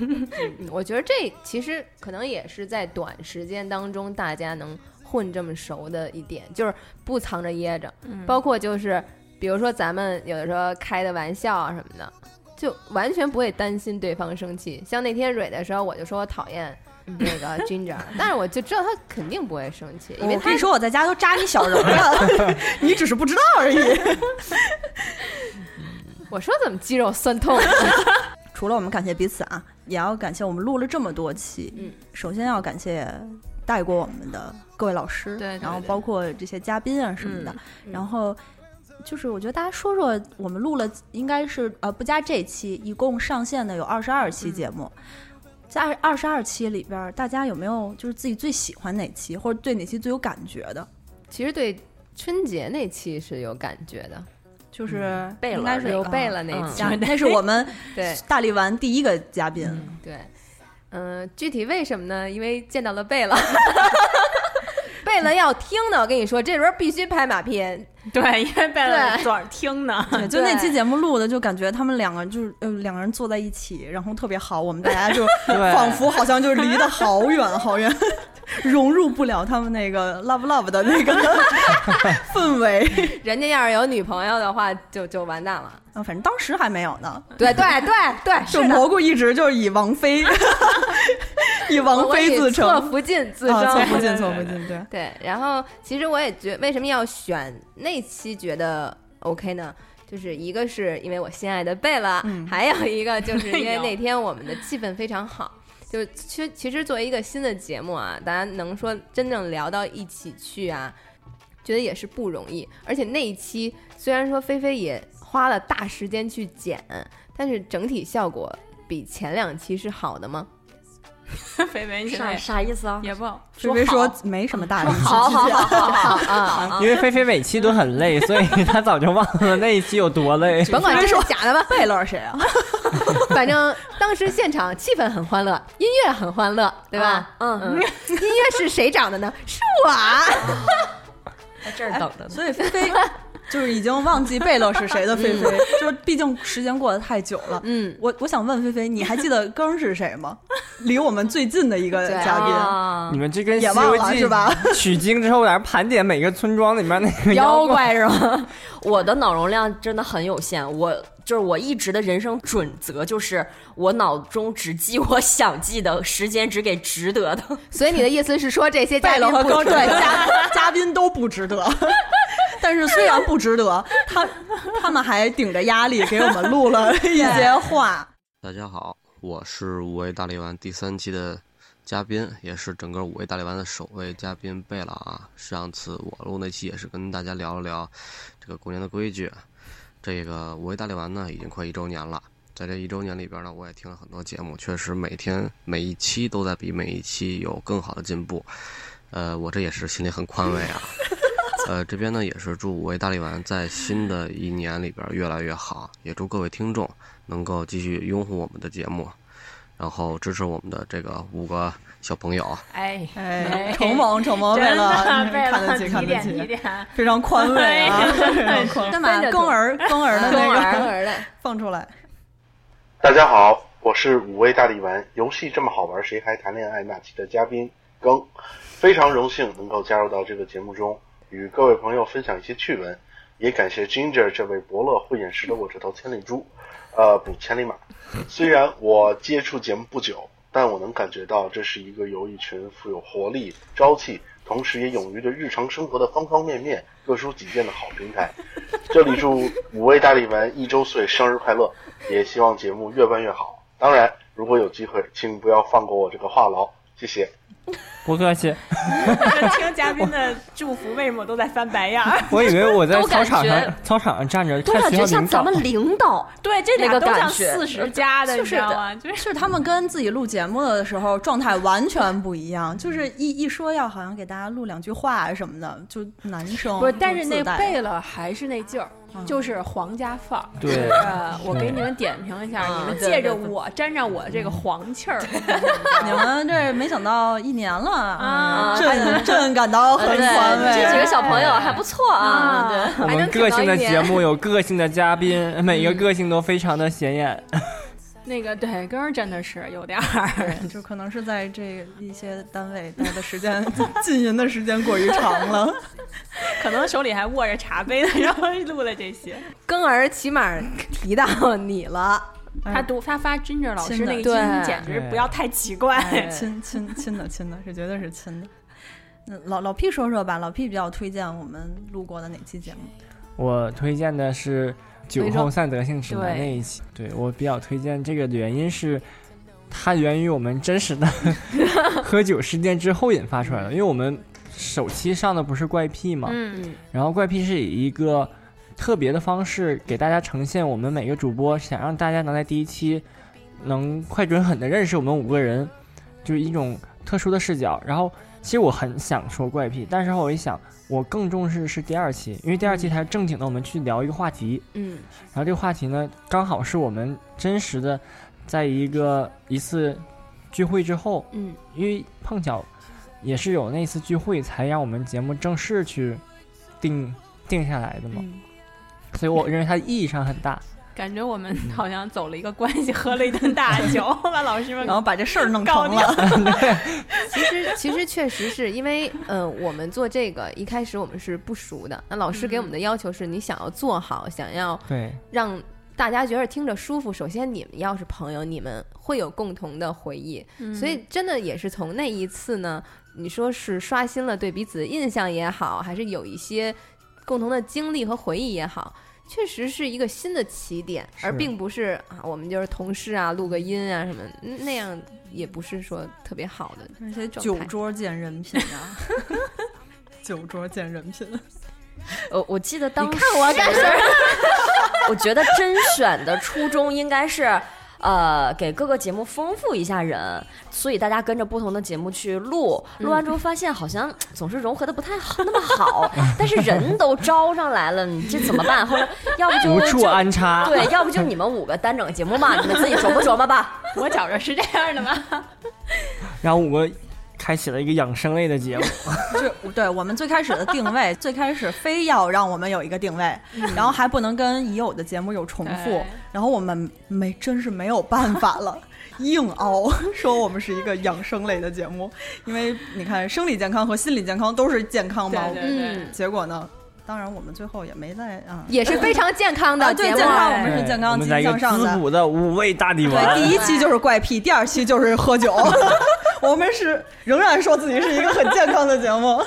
Speaker 6: 嗯我觉得这其实可能也是在短时间当中大家能混这么熟的一点，就是不藏着掖着，
Speaker 2: 嗯
Speaker 6: 包括就是比如说咱们有的时候开的玩笑啊什么的，就完全不会担心对方生气。像那天蕊的时候，我就说我讨厌
Speaker 2: 嗯
Speaker 6: 那个 Ginger，但是我就知道他肯定不会生气，因为
Speaker 2: 哦我
Speaker 6: 他
Speaker 2: 跟你说，我在家都扎你小人儿了， 你只是不知道而已。
Speaker 6: 我说怎么肌肉酸痛？
Speaker 2: 除了我们感谢彼此啊，也要感谢我们录了这么多期。
Speaker 8: 嗯，
Speaker 2: 首先要感谢带过我们的各位老师，
Speaker 8: 对对
Speaker 2: 然后包括这些嘉宾啊什么的，
Speaker 6: 嗯
Speaker 2: 然后。就是我觉得大家说说，我们录了应该是呃不加这期，一共上线的有二十二期节
Speaker 6: 嗯
Speaker 2: 目，在二二十二期里边儿，大家有没有就是自己最喜欢哪期，或者对哪期最有感觉的？
Speaker 6: 其实对春节那期是有感觉的，
Speaker 2: 就是
Speaker 6: 贝勒
Speaker 2: 应该是
Speaker 6: 有
Speaker 2: 嗯
Speaker 6: 贝勒那期，
Speaker 2: 嗯那是我们
Speaker 6: 对
Speaker 2: 大力丸第一个嘉宾，
Speaker 6: 对，嗯、具体为什么呢？因为见到了 贝勒，贝勒要听的，我跟你说，这轮必须拍马屁。
Speaker 4: 对，因为贝勒
Speaker 6: 对
Speaker 4: 左耳听呢，
Speaker 2: 对，就那 期节目录的，就感觉他们两个就是呃两个人坐在一起，然后特别好，我们大家就
Speaker 4: 对
Speaker 2: 仿佛好像就是离得好远好远， 融入不了他们那个 love love 的那个氛围。
Speaker 6: 人家要是有女朋友的话，就就完蛋了。
Speaker 2: 啊，反正当时还没有呢。
Speaker 6: 对对 对对，
Speaker 2: 就是
Speaker 6: 的
Speaker 2: 蘑菇一直就是以王菲， 以王菲自称，
Speaker 6: 我以侧福晋自称，
Speaker 2: 啊侧福晋
Speaker 6: 对
Speaker 2: 侧福晋对
Speaker 6: 对。然后其实我也觉，为什么要选那期觉得 OK 呢？就是一个是因为我心爱的贝勒，还有一个就是因
Speaker 4: 没
Speaker 6: 为
Speaker 4: 有
Speaker 6: 那天我们的气氛非常好。就是其实其实作为一个新的节目啊，大家能说真正聊到一起去啊，觉得也是不容易。而且那一期虽然说菲菲也花了大时间去剪，但是整体效果比前两期是好的吗？
Speaker 4: 菲菲你现
Speaker 5: 啥
Speaker 4: 在
Speaker 5: 啥意思啊？
Speaker 4: 也不好
Speaker 2: 菲菲说没什么大的，
Speaker 5: 好好好 好好
Speaker 6: 啊！
Speaker 7: 因为菲菲每期都很累，所以她早就忘了那一期有多累。
Speaker 6: 甭管这是假的吧，
Speaker 2: 哎贝勒谁啊？
Speaker 6: 反正当时现场气氛很欢乐，音乐很欢乐，对
Speaker 2: 啊
Speaker 6: 吧？
Speaker 5: 嗯
Speaker 6: 嗯，音乐是谁找的呢？ 是我啊。
Speaker 5: 在哎这儿等着呢。
Speaker 2: 所以菲菲就是已经忘记贝勒是谁的菲菲，就是毕竟时间过得太久了。
Speaker 6: 嗯，
Speaker 2: 我我想问菲菲，你还记得庚儿是谁吗？离我们最近的一个嘉宾。
Speaker 5: 啊
Speaker 7: 你们这跟《西
Speaker 2: 也忘
Speaker 7: 游
Speaker 2: 了
Speaker 7: 记》
Speaker 2: 是吧？
Speaker 7: 取经之后，在那盘点每个村庄里面那个
Speaker 5: 妖
Speaker 7: 怪。
Speaker 5: 怪是吗？ 我的脑容量真的很有限，我就是我一直的人生准则就是我脑中只记我想记的，时间只给值得的。
Speaker 6: 所以你的意思是说这 些嘉
Speaker 2: 贝勒
Speaker 6: 宾
Speaker 2: 和
Speaker 6: 不
Speaker 2: 庚儿
Speaker 6: 值得
Speaker 2: 对 嘉嘉宾都不值得， 但是虽然不值得，他他们还顶着压力给我们录了一些话。
Speaker 13: 大家好，我是五位大力丸第三期的嘉宾，也是整个五位大力丸的首位嘉宾贝了啊。上次我录那期也是跟大家聊了聊这个过年的规矩。这个五位大力丸呢，已经快一周年了。在这一周年里边呢，我也听了很多节目，确实每天每一期都在比每一期有更好的进步。呃，我这也是心里很宽慰啊。呃，这边呢也是祝五位大力丸在新的一年里边越来越好，也祝各位听众能够继续拥护我们的节目，然后支持我们的这个五个小朋友。 啊
Speaker 4: 哎
Speaker 2: 哎，承蒙承蒙贝
Speaker 4: 真
Speaker 2: 勒，
Speaker 4: 的
Speaker 2: 嗯
Speaker 4: 贝
Speaker 2: 看
Speaker 4: 勒
Speaker 2: 得起看
Speaker 4: 提
Speaker 2: 得
Speaker 4: 点提
Speaker 2: 起，
Speaker 4: 点，哎
Speaker 2: 非常宽慰啊， 非常宽慰。干嘛？
Speaker 6: 哎跟着
Speaker 2: 庚儿庚儿的
Speaker 6: 跟
Speaker 2: 那
Speaker 6: 儿
Speaker 2: 个
Speaker 6: 儿的，
Speaker 2: 放出来。
Speaker 14: 大家好，我是五味大力丸，游戏这么好玩，谁还谈恋爱？那期的嘉宾庚，非常荣幸能够加入到这个节目中，与各位朋友分享一些趣闻，也感谢 Ginger 这位伯乐慧眼识得我这头千里猪，呃，不，千里马。虽然我接触节目不久，但我能感觉到这是一个由一群富有活力、朝气，同时也勇于对日常生活的方方面面各抒己见的好平台。这里祝五位大力丸一周岁生日快乐，也希望节目越办越好。当然，如果有机会，请不要放过我这个话痨，谢谢。
Speaker 7: 不客气，
Speaker 4: 就 听嘉宾的祝福，为什么我都在翻白眼儿？
Speaker 7: 我以为我在
Speaker 5: 都
Speaker 7: 操
Speaker 5: 感
Speaker 7: 场
Speaker 5: 觉
Speaker 7: 上操场上站着看学校领导。
Speaker 5: 领导，
Speaker 4: 对，这
Speaker 5: 那
Speaker 4: 俩
Speaker 5: 个
Speaker 4: 都像
Speaker 5: 感觉
Speaker 4: 四十加的，
Speaker 2: 就
Speaker 4: 你
Speaker 2: 是
Speaker 4: 知道吗？就是
Speaker 2: 就是他们跟自己录节目的时候状态完全不一样，就是一一说要好像给大家录两句话啊什么的，就男生
Speaker 4: 不是，但是
Speaker 2: 就
Speaker 4: 那
Speaker 2: 自带嗯
Speaker 4: 贝勒还是那劲儿，就是皇家范儿。
Speaker 7: 对
Speaker 4: 就是我给你们点评一下，
Speaker 5: 嗯
Speaker 4: 你们
Speaker 5: 对
Speaker 4: 借着
Speaker 5: 对对
Speaker 4: 我沾上我这
Speaker 7: 嗯
Speaker 4: 个皇气儿，
Speaker 2: 你们这没想到一年了
Speaker 4: 啊呃
Speaker 2: 朕朕感到很
Speaker 5: 对，
Speaker 2: 宽慰。嗯
Speaker 5: 这几个 小朋
Speaker 2: 哎
Speaker 5: 友还不错啊。对，
Speaker 7: 我们个性的节目有个性的嘉 宾，每一
Speaker 5: 嗯
Speaker 7: 个个性都非常的显眼。
Speaker 4: 那个对，跟儿真的是有点儿。
Speaker 2: 对就可能是在这一些单位待的时间， 浸淫的时间过于长了。
Speaker 4: 可能手里还握着茶杯呢，然后录了这些。
Speaker 6: 庚儿起码提到你了，
Speaker 4: 他读他发 Ginger 老师那个
Speaker 2: 亲的
Speaker 4: 音，简直不要太奇怪。
Speaker 2: 哎亲亲亲的亲的，是绝对是亲的。那老老 P 说说吧，老 P 比较推荐我们录过的哪期节目？
Speaker 7: 我推荐的是《酒后散德性指南》
Speaker 2: 对
Speaker 7: 那一期，对我比较推荐这个的原因是，它源于我们真实的 喝酒事件之后引发出来的，因为我们首期上的不是怪癖嘛，
Speaker 8: 嗯，
Speaker 7: 然后怪癖是以一个特别的方式给大家呈现我们每个主播，想让大家能在第一期能快准狠的认识我们五个人，就是一种特殊的视角。然后其实我很想说怪癖，但是后来我一想，我更重视是第二期，因为第二期才是正经的我们去聊一个话题，
Speaker 8: 嗯，
Speaker 7: 然后这个话题呢，刚好是我们真实的，在一个一次聚会之后，
Speaker 8: 嗯，
Speaker 7: 因为碰巧也是有那次聚会，才让我们节目正式去定定下来的嘛，
Speaker 2: 嗯
Speaker 7: 所以我认为它意义上很大。
Speaker 4: 感觉我们好像走了一个关系，喝了一顿大酒，把老师们
Speaker 2: 然后把这事儿弄
Speaker 4: 搞
Speaker 2: 成了。
Speaker 6: 其实其实确实是因为，呃，我们做这个一开始我们是不熟的，那老师
Speaker 2: 嗯
Speaker 6: 给我们的要求是你想要做好，想要
Speaker 7: 对，
Speaker 6: 让大家觉得听着舒服。首先，你们要是朋友，你们会有共同的回忆，
Speaker 4: 嗯
Speaker 6: 所以真的也是从那一次呢，你说是刷新了对彼此的印象也好，还是有一些共同的经历和回忆也好。确实是一个新的起点，而
Speaker 4: 是
Speaker 6: 并不是啊，我们就是同事啊，录个音啊什么，那样也不是说特别好的
Speaker 2: 而且
Speaker 6: 状态
Speaker 2: 酒桌见人品 啊，酒桌见人 品。
Speaker 5: 呃，我记得当
Speaker 2: 你
Speaker 5: 时
Speaker 2: 看我干什么？
Speaker 5: 我觉得甄选的初衷应该是，呃，给各个节目丰富一下人，所以大家跟着不同的节目去录，录完之
Speaker 4: 嗯
Speaker 5: 后发现好像总是融合的不太好，那么好，但是人都招上来了，你这怎么办？后来要不就
Speaker 7: 无处
Speaker 5: 就
Speaker 7: 安插
Speaker 5: 对，要不就你们五个单整节目嘛，你们自己琢磨琢磨吧。
Speaker 4: 我找着是这样的吗？
Speaker 7: 然后我开启了一个养生类的节目，
Speaker 2: 就对我们最开始的定位，最开始非要让我们有一个定位，然后还不能跟已有的节目有重复
Speaker 4: 对，
Speaker 2: 然后我们没真是没有办法了，硬凹 说我们是一个养生类的节目，因为你看生理健康和心理健康都是健康毛病，
Speaker 6: 对对对
Speaker 2: 结果呢？当然，我们最后也没在 啊，
Speaker 6: 也是非常健康的
Speaker 2: 啊对
Speaker 6: 节目
Speaker 2: 健康， 我
Speaker 6: 哎
Speaker 2: 们是健
Speaker 7: 我
Speaker 2: 康、
Speaker 7: 们
Speaker 2: 积
Speaker 7: 在
Speaker 2: 极
Speaker 7: 一个
Speaker 2: 向上
Speaker 7: 滋
Speaker 2: 的。
Speaker 7: 补的五味大底丸。
Speaker 2: 对，第一期就是怪癖，第二期就是喝酒。 我们是仍然说自己是一个很健康的节目。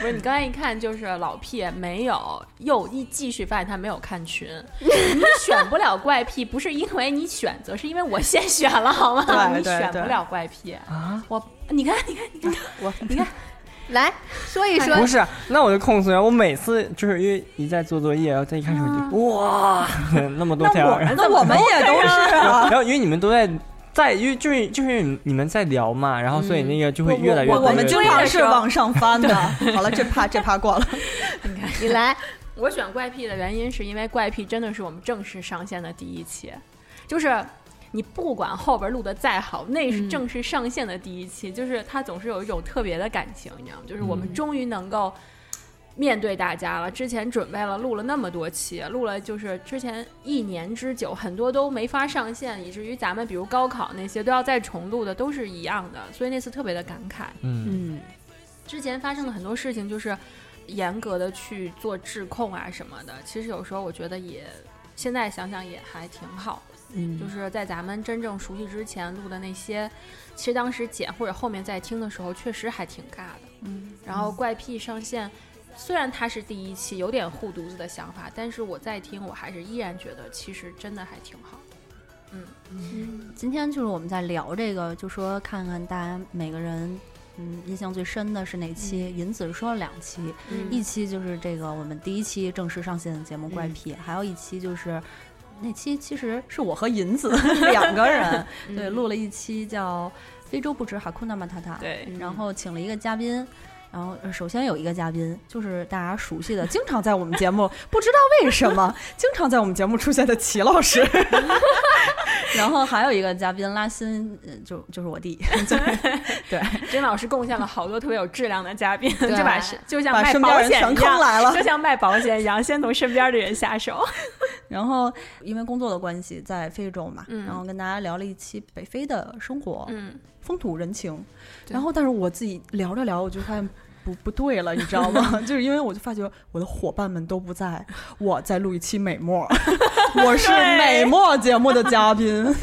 Speaker 4: 不是，你刚才一看就是老屁没有，又一继续发现他没有看群，你选不了怪癖，不是因为你选择，是因为我先选了，好吗？
Speaker 2: 对
Speaker 4: 你
Speaker 2: 对
Speaker 4: 选
Speaker 2: 对
Speaker 4: 不了怪癖
Speaker 7: 啊！
Speaker 4: 我你看，你看，你看，我你看，
Speaker 6: 来说一
Speaker 7: 不是，那我就控诉一下，我每次就是因为一在做作业，然后再一看手
Speaker 2: 啊
Speaker 7: 机，哇， 那么多条儿，
Speaker 2: 那我们也 都是啊
Speaker 7: 然后因为你们都在。在，因为就是就是你们在聊嘛，然后所以那个就会 越来越
Speaker 2: 嗯我
Speaker 7: 多
Speaker 2: 我们
Speaker 7: 越
Speaker 2: 经
Speaker 7: 多
Speaker 2: 常是往上翻的。 好了，这趴这趴过了。
Speaker 6: 你来，
Speaker 4: 我选怪癖的原因是因为怪癖真的是我们正式上线的第一期，就是你不管后边录的再好，那
Speaker 6: 嗯
Speaker 4: 是正式上线的第一期，就是它总是有一种特别的感情，你知道吗？就是我们
Speaker 8: 嗯
Speaker 4: 终于能够面对大家了。之前准备了录了那么多期，录了就是之前一年之久，很多都没法上线，以至于咱们比如高考那些都要再重录的，都是一样的，所以那次特别的感慨。
Speaker 7: 嗯
Speaker 4: 之前发生的很多事情，就是严格的去做质控啊什么的。其实有时候我觉得也，现在想想也还挺好。
Speaker 8: 嗯
Speaker 4: 就是在咱们真正熟悉之前录的那些，其实当时剪或者后面再听的时候，确实还挺尬的。
Speaker 2: 嗯
Speaker 4: 然后怪癖上线，虽然它是第一期，有点护犊子的想法，但是我再听，我还是依然觉得其实真的还挺好。嗯
Speaker 15: 今天就是我们在聊这个，就说看看大家每个人，嗯，印象最深的是哪期？
Speaker 2: 嗯
Speaker 15: 银子说了两期，
Speaker 4: 嗯
Speaker 15: 一期就是这个我们第一期正式上线的节
Speaker 2: 嗯
Speaker 15: 目《怪癖》，还有一期就是那期其实是我和银子 两个人，
Speaker 4: 嗯
Speaker 15: 对，录了一期叫《非洲不止哈库纳马塔塔》，
Speaker 4: 对，嗯
Speaker 15: 然后请了一个嘉宾。然后，呃首先有一个嘉宾，就是大家熟悉的，经常在我们节目，不知道为什么，经常在我们节目出现的齐老师。 然后还有一个嘉宾拉辛，呃就就是我弟，
Speaker 4: 嗯甄老师贡献了好多特别有质量的嘉宾，
Speaker 15: 对
Speaker 4: 就把是就像
Speaker 15: 把
Speaker 4: 卖
Speaker 15: 身边
Speaker 4: 保
Speaker 15: 人
Speaker 4: 险
Speaker 15: 全
Speaker 4: 一
Speaker 15: 坑
Speaker 4: 样，
Speaker 15: 来了
Speaker 4: 就像卖保险一样，先从身边的人下手。
Speaker 15: 然后因为工作的关系在非洲嘛，
Speaker 4: 嗯
Speaker 15: 然后跟大家聊了一期北非的生活，
Speaker 4: 嗯，
Speaker 15: 风土人情。
Speaker 4: 对
Speaker 15: 然后但是我自己聊着聊，我就发现
Speaker 2: 不不对了，你知 道吗？就是因为我就发 觉我的伙伴们都不在，我在录一期 美墨，我是美墨节目的嘉宾。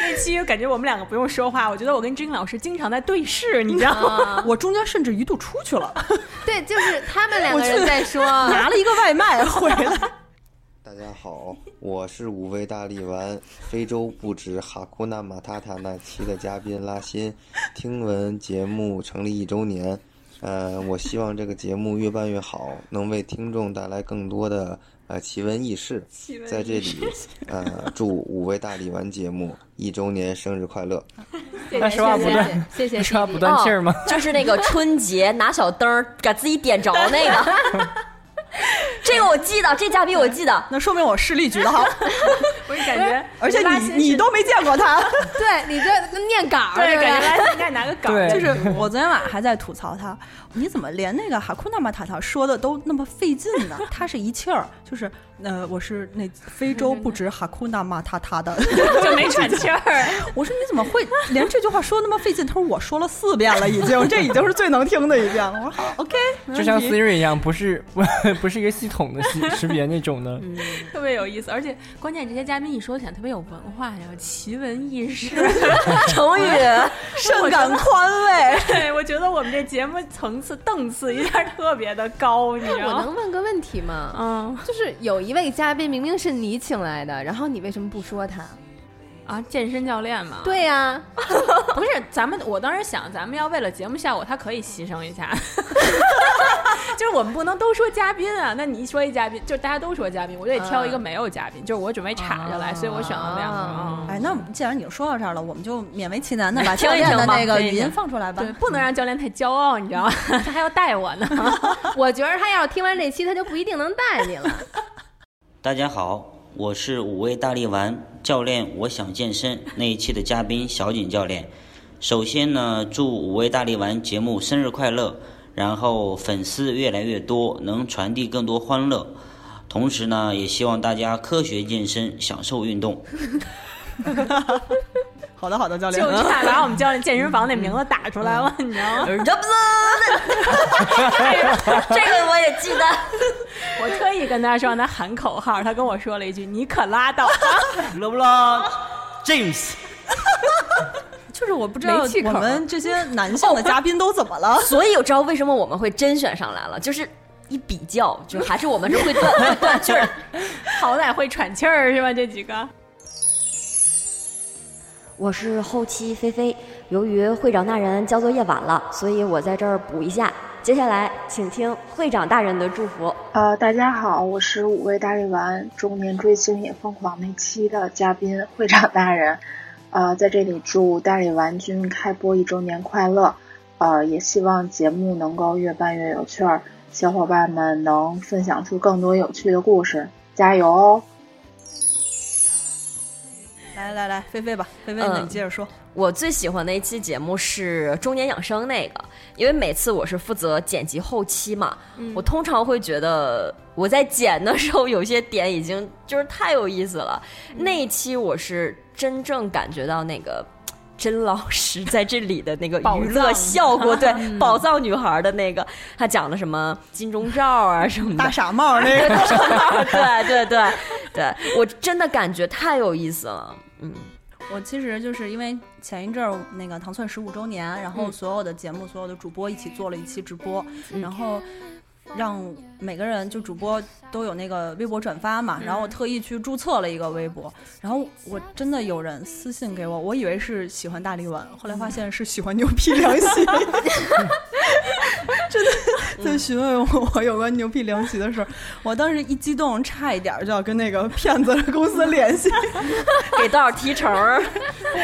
Speaker 4: 那期感觉我们两个不用说话，我觉得我跟金老师经常在对视，你知道吗？
Speaker 2: 我中间甚至一度出去了，
Speaker 6: 对，就是他们两个
Speaker 2: 我去
Speaker 6: 人在说，
Speaker 2: 拿了一个外卖 回来。
Speaker 16: 大家好，我是五味大力丸非洲不止哈库纳马塔塔那期的嘉宾拉辛。听闻节目成立一周年，呃，我希望这个节目越办越好，能为听众带来更多的呃奇闻异事
Speaker 4: 奇。闻
Speaker 16: 在这
Speaker 4: 异事
Speaker 16: 里，呃，祝五味大力丸节目一周年生日快乐！
Speaker 6: 谢
Speaker 7: 那
Speaker 6: 谢
Speaker 7: 说话
Speaker 6: 谢
Speaker 7: 不
Speaker 6: 谢
Speaker 7: 断
Speaker 6: 谢谢，
Speaker 7: 说话不断气儿吗？
Speaker 5: 哦就是那个春节拿小灯儿给自己点着 那个，这个我记得，这嘉宾我记得。，
Speaker 2: 那说明我视力举得好，
Speaker 4: 我也感 觉，
Speaker 2: 而且
Speaker 4: 拉
Speaker 2: 你
Speaker 4: 新
Speaker 2: 你都没见过他。
Speaker 6: 对你这念稿儿，
Speaker 4: 对
Speaker 6: 不
Speaker 4: 感觉拉新应该拿个稿儿
Speaker 2: 就是我昨天晚上还在吐槽他，你怎么连那个哈库纳马塔塔说的都那么费劲呢？他是一气儿，就是呃，我是那非洲不止哈库纳马塔塔的，
Speaker 4: 就没喘气儿。
Speaker 2: 我说你怎么会连这句话说那么费劲？他说我说了四遍了，已经，这已经是最能听的一遍了。我说好，OK，没问哦
Speaker 7: 就像
Speaker 2: 题
Speaker 7: Siri 一样，不是不是一个系统的识识别那种的。
Speaker 6: 嗯
Speaker 4: 特别有意思，而且关键这些嘉宾一说起来特别有文化，然后奇闻异事
Speaker 5: 成语
Speaker 4: 甚
Speaker 2: 感宽慰。
Speaker 4: 对，我觉得我们这节目层次档次一下特别的高，你知
Speaker 6: 那
Speaker 4: 道
Speaker 6: 我
Speaker 4: 吗
Speaker 6: 能？问个问题吗？
Speaker 4: 嗯，
Speaker 6: 就是有一位嘉宾明明是你请来的，然后你为什么不说他？
Speaker 4: 啊，健身教练嘛，
Speaker 6: 对呀、
Speaker 4: 不是，咱们我当时想，咱们要为了节目效果，他可以牺牲一 下，就是我们不能都说嘉宾啊。那你一说一嘉宾，就大家都说嘉宾，我就得挑一个没有嘉
Speaker 5: 嗯
Speaker 4: 宾，就是我准备岔
Speaker 5: 啊
Speaker 4: 着来，所以我选了两个。嗯
Speaker 2: 哎，那我们既然已经说到这儿了，我们就勉为其难 的把
Speaker 4: 听
Speaker 2: 教
Speaker 4: 一
Speaker 2: 练的
Speaker 4: 听吧
Speaker 2: 那个
Speaker 4: 听一
Speaker 2: 语音
Speaker 4: 听
Speaker 2: 放出来吧
Speaker 4: 对，。不能让教练太骄傲，你知道吗？他还要带我呢。
Speaker 6: 我觉得他要是听完这期，他就不一定能带你 了。
Speaker 17: 大家好，我是五味大力丸教练，我想健身那一期的嘉宾小景教练。首先呢，祝五味大力丸节目生日快乐，然后粉丝越来越多，能传递更多欢乐。同时呢，也希望大家科学健身，享受运动。
Speaker 2: 好的，好的，教练，
Speaker 4: 就差把我们教练健身房那名字打出来了，你知道吗？
Speaker 5: 这个我也记得，
Speaker 4: 我特意跟他说让他喊口号，他跟我说了一句：“你可拉 倒吧，
Speaker 17: 乐不乐，James。
Speaker 2: 就是我不知道
Speaker 5: 没气口
Speaker 2: 我们这些男性的嘉宾都怎么了？
Speaker 5: 哦所以我知道为什么我们会甄选上来了，就是一比较，就还是我们是会断会断句儿。
Speaker 4: 好歹会喘气儿是吧？这几个。
Speaker 1: 我是后期菲菲，由于会长大人交作业晚了，所以我在这儿补一下。接下来，请听会长大人的祝福。
Speaker 18: 呃，大家好，我是五味大力丸中年追星也疯狂那期的嘉宾会长大人， 呃，在这里祝大力丸君开播一周年快乐，呃，也希望节目能够越办越有趣儿，小伙伴们能分享出更多有趣的故事，加油哦！
Speaker 2: 来来来，菲菲吧，菲菲，那你
Speaker 5: 嗯
Speaker 2: 接着说。
Speaker 5: 我最喜欢的一期节目是中年养生那个，因为每次我是负责剪辑后期嘛，
Speaker 4: 嗯
Speaker 5: 我通常会觉得我在剪的时候有些点已经就是太有意思了。
Speaker 2: 嗯
Speaker 5: 那一期我是真正感觉到那个。甄老师在这里的那个
Speaker 4: 宝
Speaker 5: 娱乐
Speaker 4: 藏
Speaker 5: 效 果，对
Speaker 4: 嗯
Speaker 5: 宝藏女孩的那个，他讲了什么金钟罩啊什么的，
Speaker 2: 大傻帽 那个
Speaker 5: 大傻帽， 对对对对，我真的感觉太有意思了，嗯。
Speaker 2: 我其实就是因为前一阵儿那个糖蒜十五周年，然后
Speaker 5: 嗯
Speaker 2: 所有的节目、所有的主播一起做了一期直播，
Speaker 5: 嗯
Speaker 2: 然后让每个人就主播都有那个微博转发嘛，
Speaker 5: 嗯
Speaker 2: 然后我特意去注册了一个微博，然后我真的有人私信给我，我以为是喜欢大力丸，后来发现是喜欢牛皮凉鞋， 真的在询问我我有关牛皮凉鞋的事儿，我当时一激动，差一点儿就要跟那个骗子公司联系，
Speaker 5: 给多少提成儿？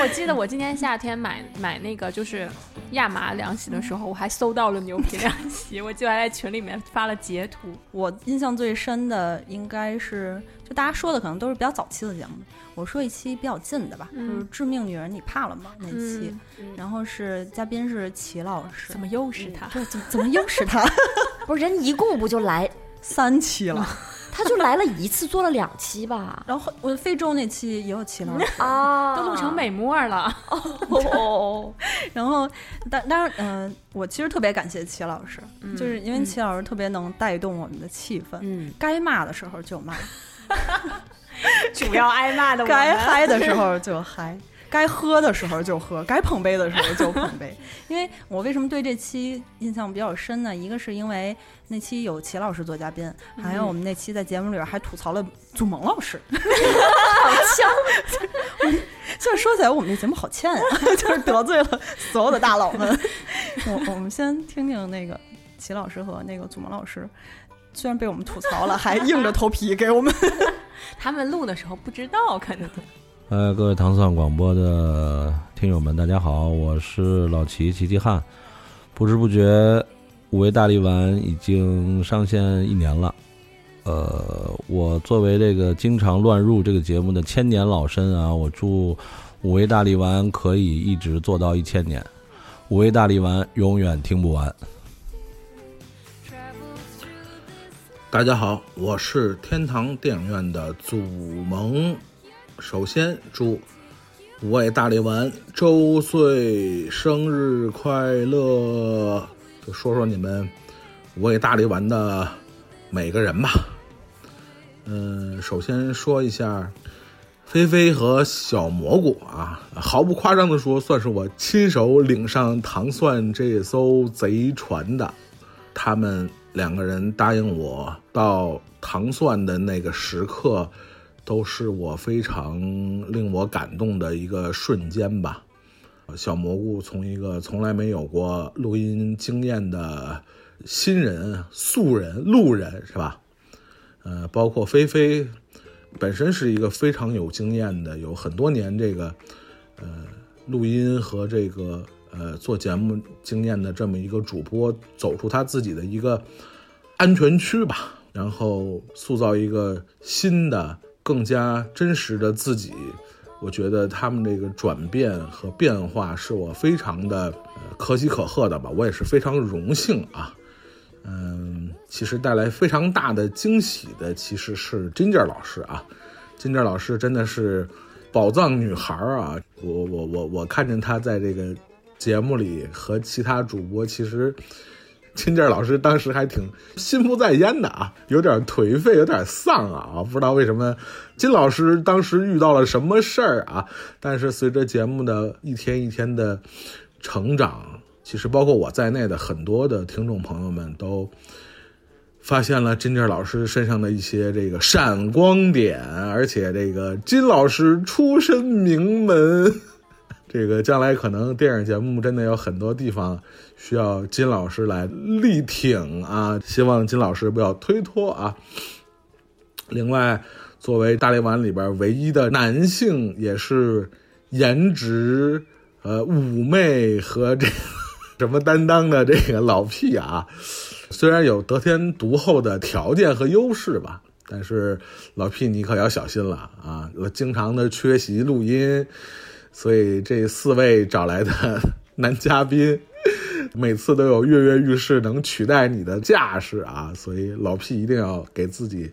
Speaker 4: 我记得我今年夏天买买那个就是亚麻凉席的时候，我还搜到了牛皮凉席， 我记得还在群里面发了截图。
Speaker 2: 我印象最深的应该是，就大家说的可能都是比较早期的节目。我说一期比较近的吧，
Speaker 4: 嗯
Speaker 2: 就是《致命女人你怕了吗》那期，然后是嘉宾是齐老师，嗯怎
Speaker 4: 么又是他？
Speaker 2: 对，怎么怎么又是他？
Speaker 5: 不是人一共不就来嗯
Speaker 2: 三期了？
Speaker 5: 他就来了一次，做了两期吧。
Speaker 15: 然后我非洲那期也有齐老师
Speaker 5: 啊，
Speaker 8: 都录成美墨了。
Speaker 15: 哦， 然后但但是嗯、呃我其实特别感谢齐老师，
Speaker 8: 嗯
Speaker 15: 就是因为齐老师特别能带动我们的气氛，嗯，该骂的时候就骂，
Speaker 4: 主要挨骂的我们
Speaker 15: 该嗨的时候就 嗨。该喝的时候就喝，该捧杯的时候就捧杯。 因为我为什么对这期印象比较深呢？一个是因为那期有齐老师做嘉宾，还有
Speaker 2: 嗯
Speaker 15: 我们那期在节目里边还吐槽了祖萌老师，
Speaker 2: 好
Speaker 15: 香！现在说起来，我们这节目好欠 啊，就是得罪了所有的大佬们。我我们先听听那个齐老师和那个祖萌老师，虽然被我们吐槽了，还硬着头皮给我们。
Speaker 8: 他们录的时候不知道，可能
Speaker 19: 呃，各位糖蒜广播的听友们，大家好，我是老齐齐齐汉。不知不觉，五味大力丸已经上线一年了。呃，我作为这个经常乱入这个节目的千年老参啊，我祝五味大力丸可以一直做到一千年，五味大力丸永远听不完。
Speaker 20: 大家好，我是天堂电影院的祖萌。首先祝五位大力丸周岁生日快乐！就说说你们五位大力丸的每个人吧。嗯，首先说一下菲菲和小蘑菇啊，毫不夸张的说，算是我亲手领上糖蒜这艘贼船的。他们两个人答应我到糖蒜的那个时刻，都是我非常令我感动的一个瞬间吧。小蘑菇从一个从来没有过录音经验的新人、素人、路人是吧？呃，包括菲菲，本身是一个非常有经验的，有很多年这个呃录音和这个呃做节目经验的这么一个主播，走出他自己的一个呃安全区吧，然后塑造一个新的、更加真实的自己。我觉得他们这个转变和变化是我非常的呃可喜可贺的吧，我也是非常荣幸啊。嗯，其实带来非常大的惊喜的其实是 Ginger 老师啊，Ginger 老师真的是宝藏女孩儿啊！我我我我看见她在这个节目里和其他主播，其实 Ginger 老师当时还挺心不在焉的啊，有点颓废，有点丧啊，不知道为什么金老师当时遇到了什么事儿啊？但是随着节目的一天一天的成长，其实包括我在内的很多的听众朋友们都发现了金志老师身上的一些这个闪光点，而且这个金老师出身名门， 这个将来可能电影节目真的有很多地方需要金老师来力挺啊，希望金老师不要推脱啊。另外，作为大力丸里边唯一的男性，也是颜值、呃妩媚和这个 什么担当的这个老屁啊，虽然有得天独厚的条件和优势吧，但是老屁你可要小心了啊！我经常的缺席录音，所以这四位找来的男嘉宾。每次都有跃跃欲试能取代你的架势啊，所以老屁一定要给自己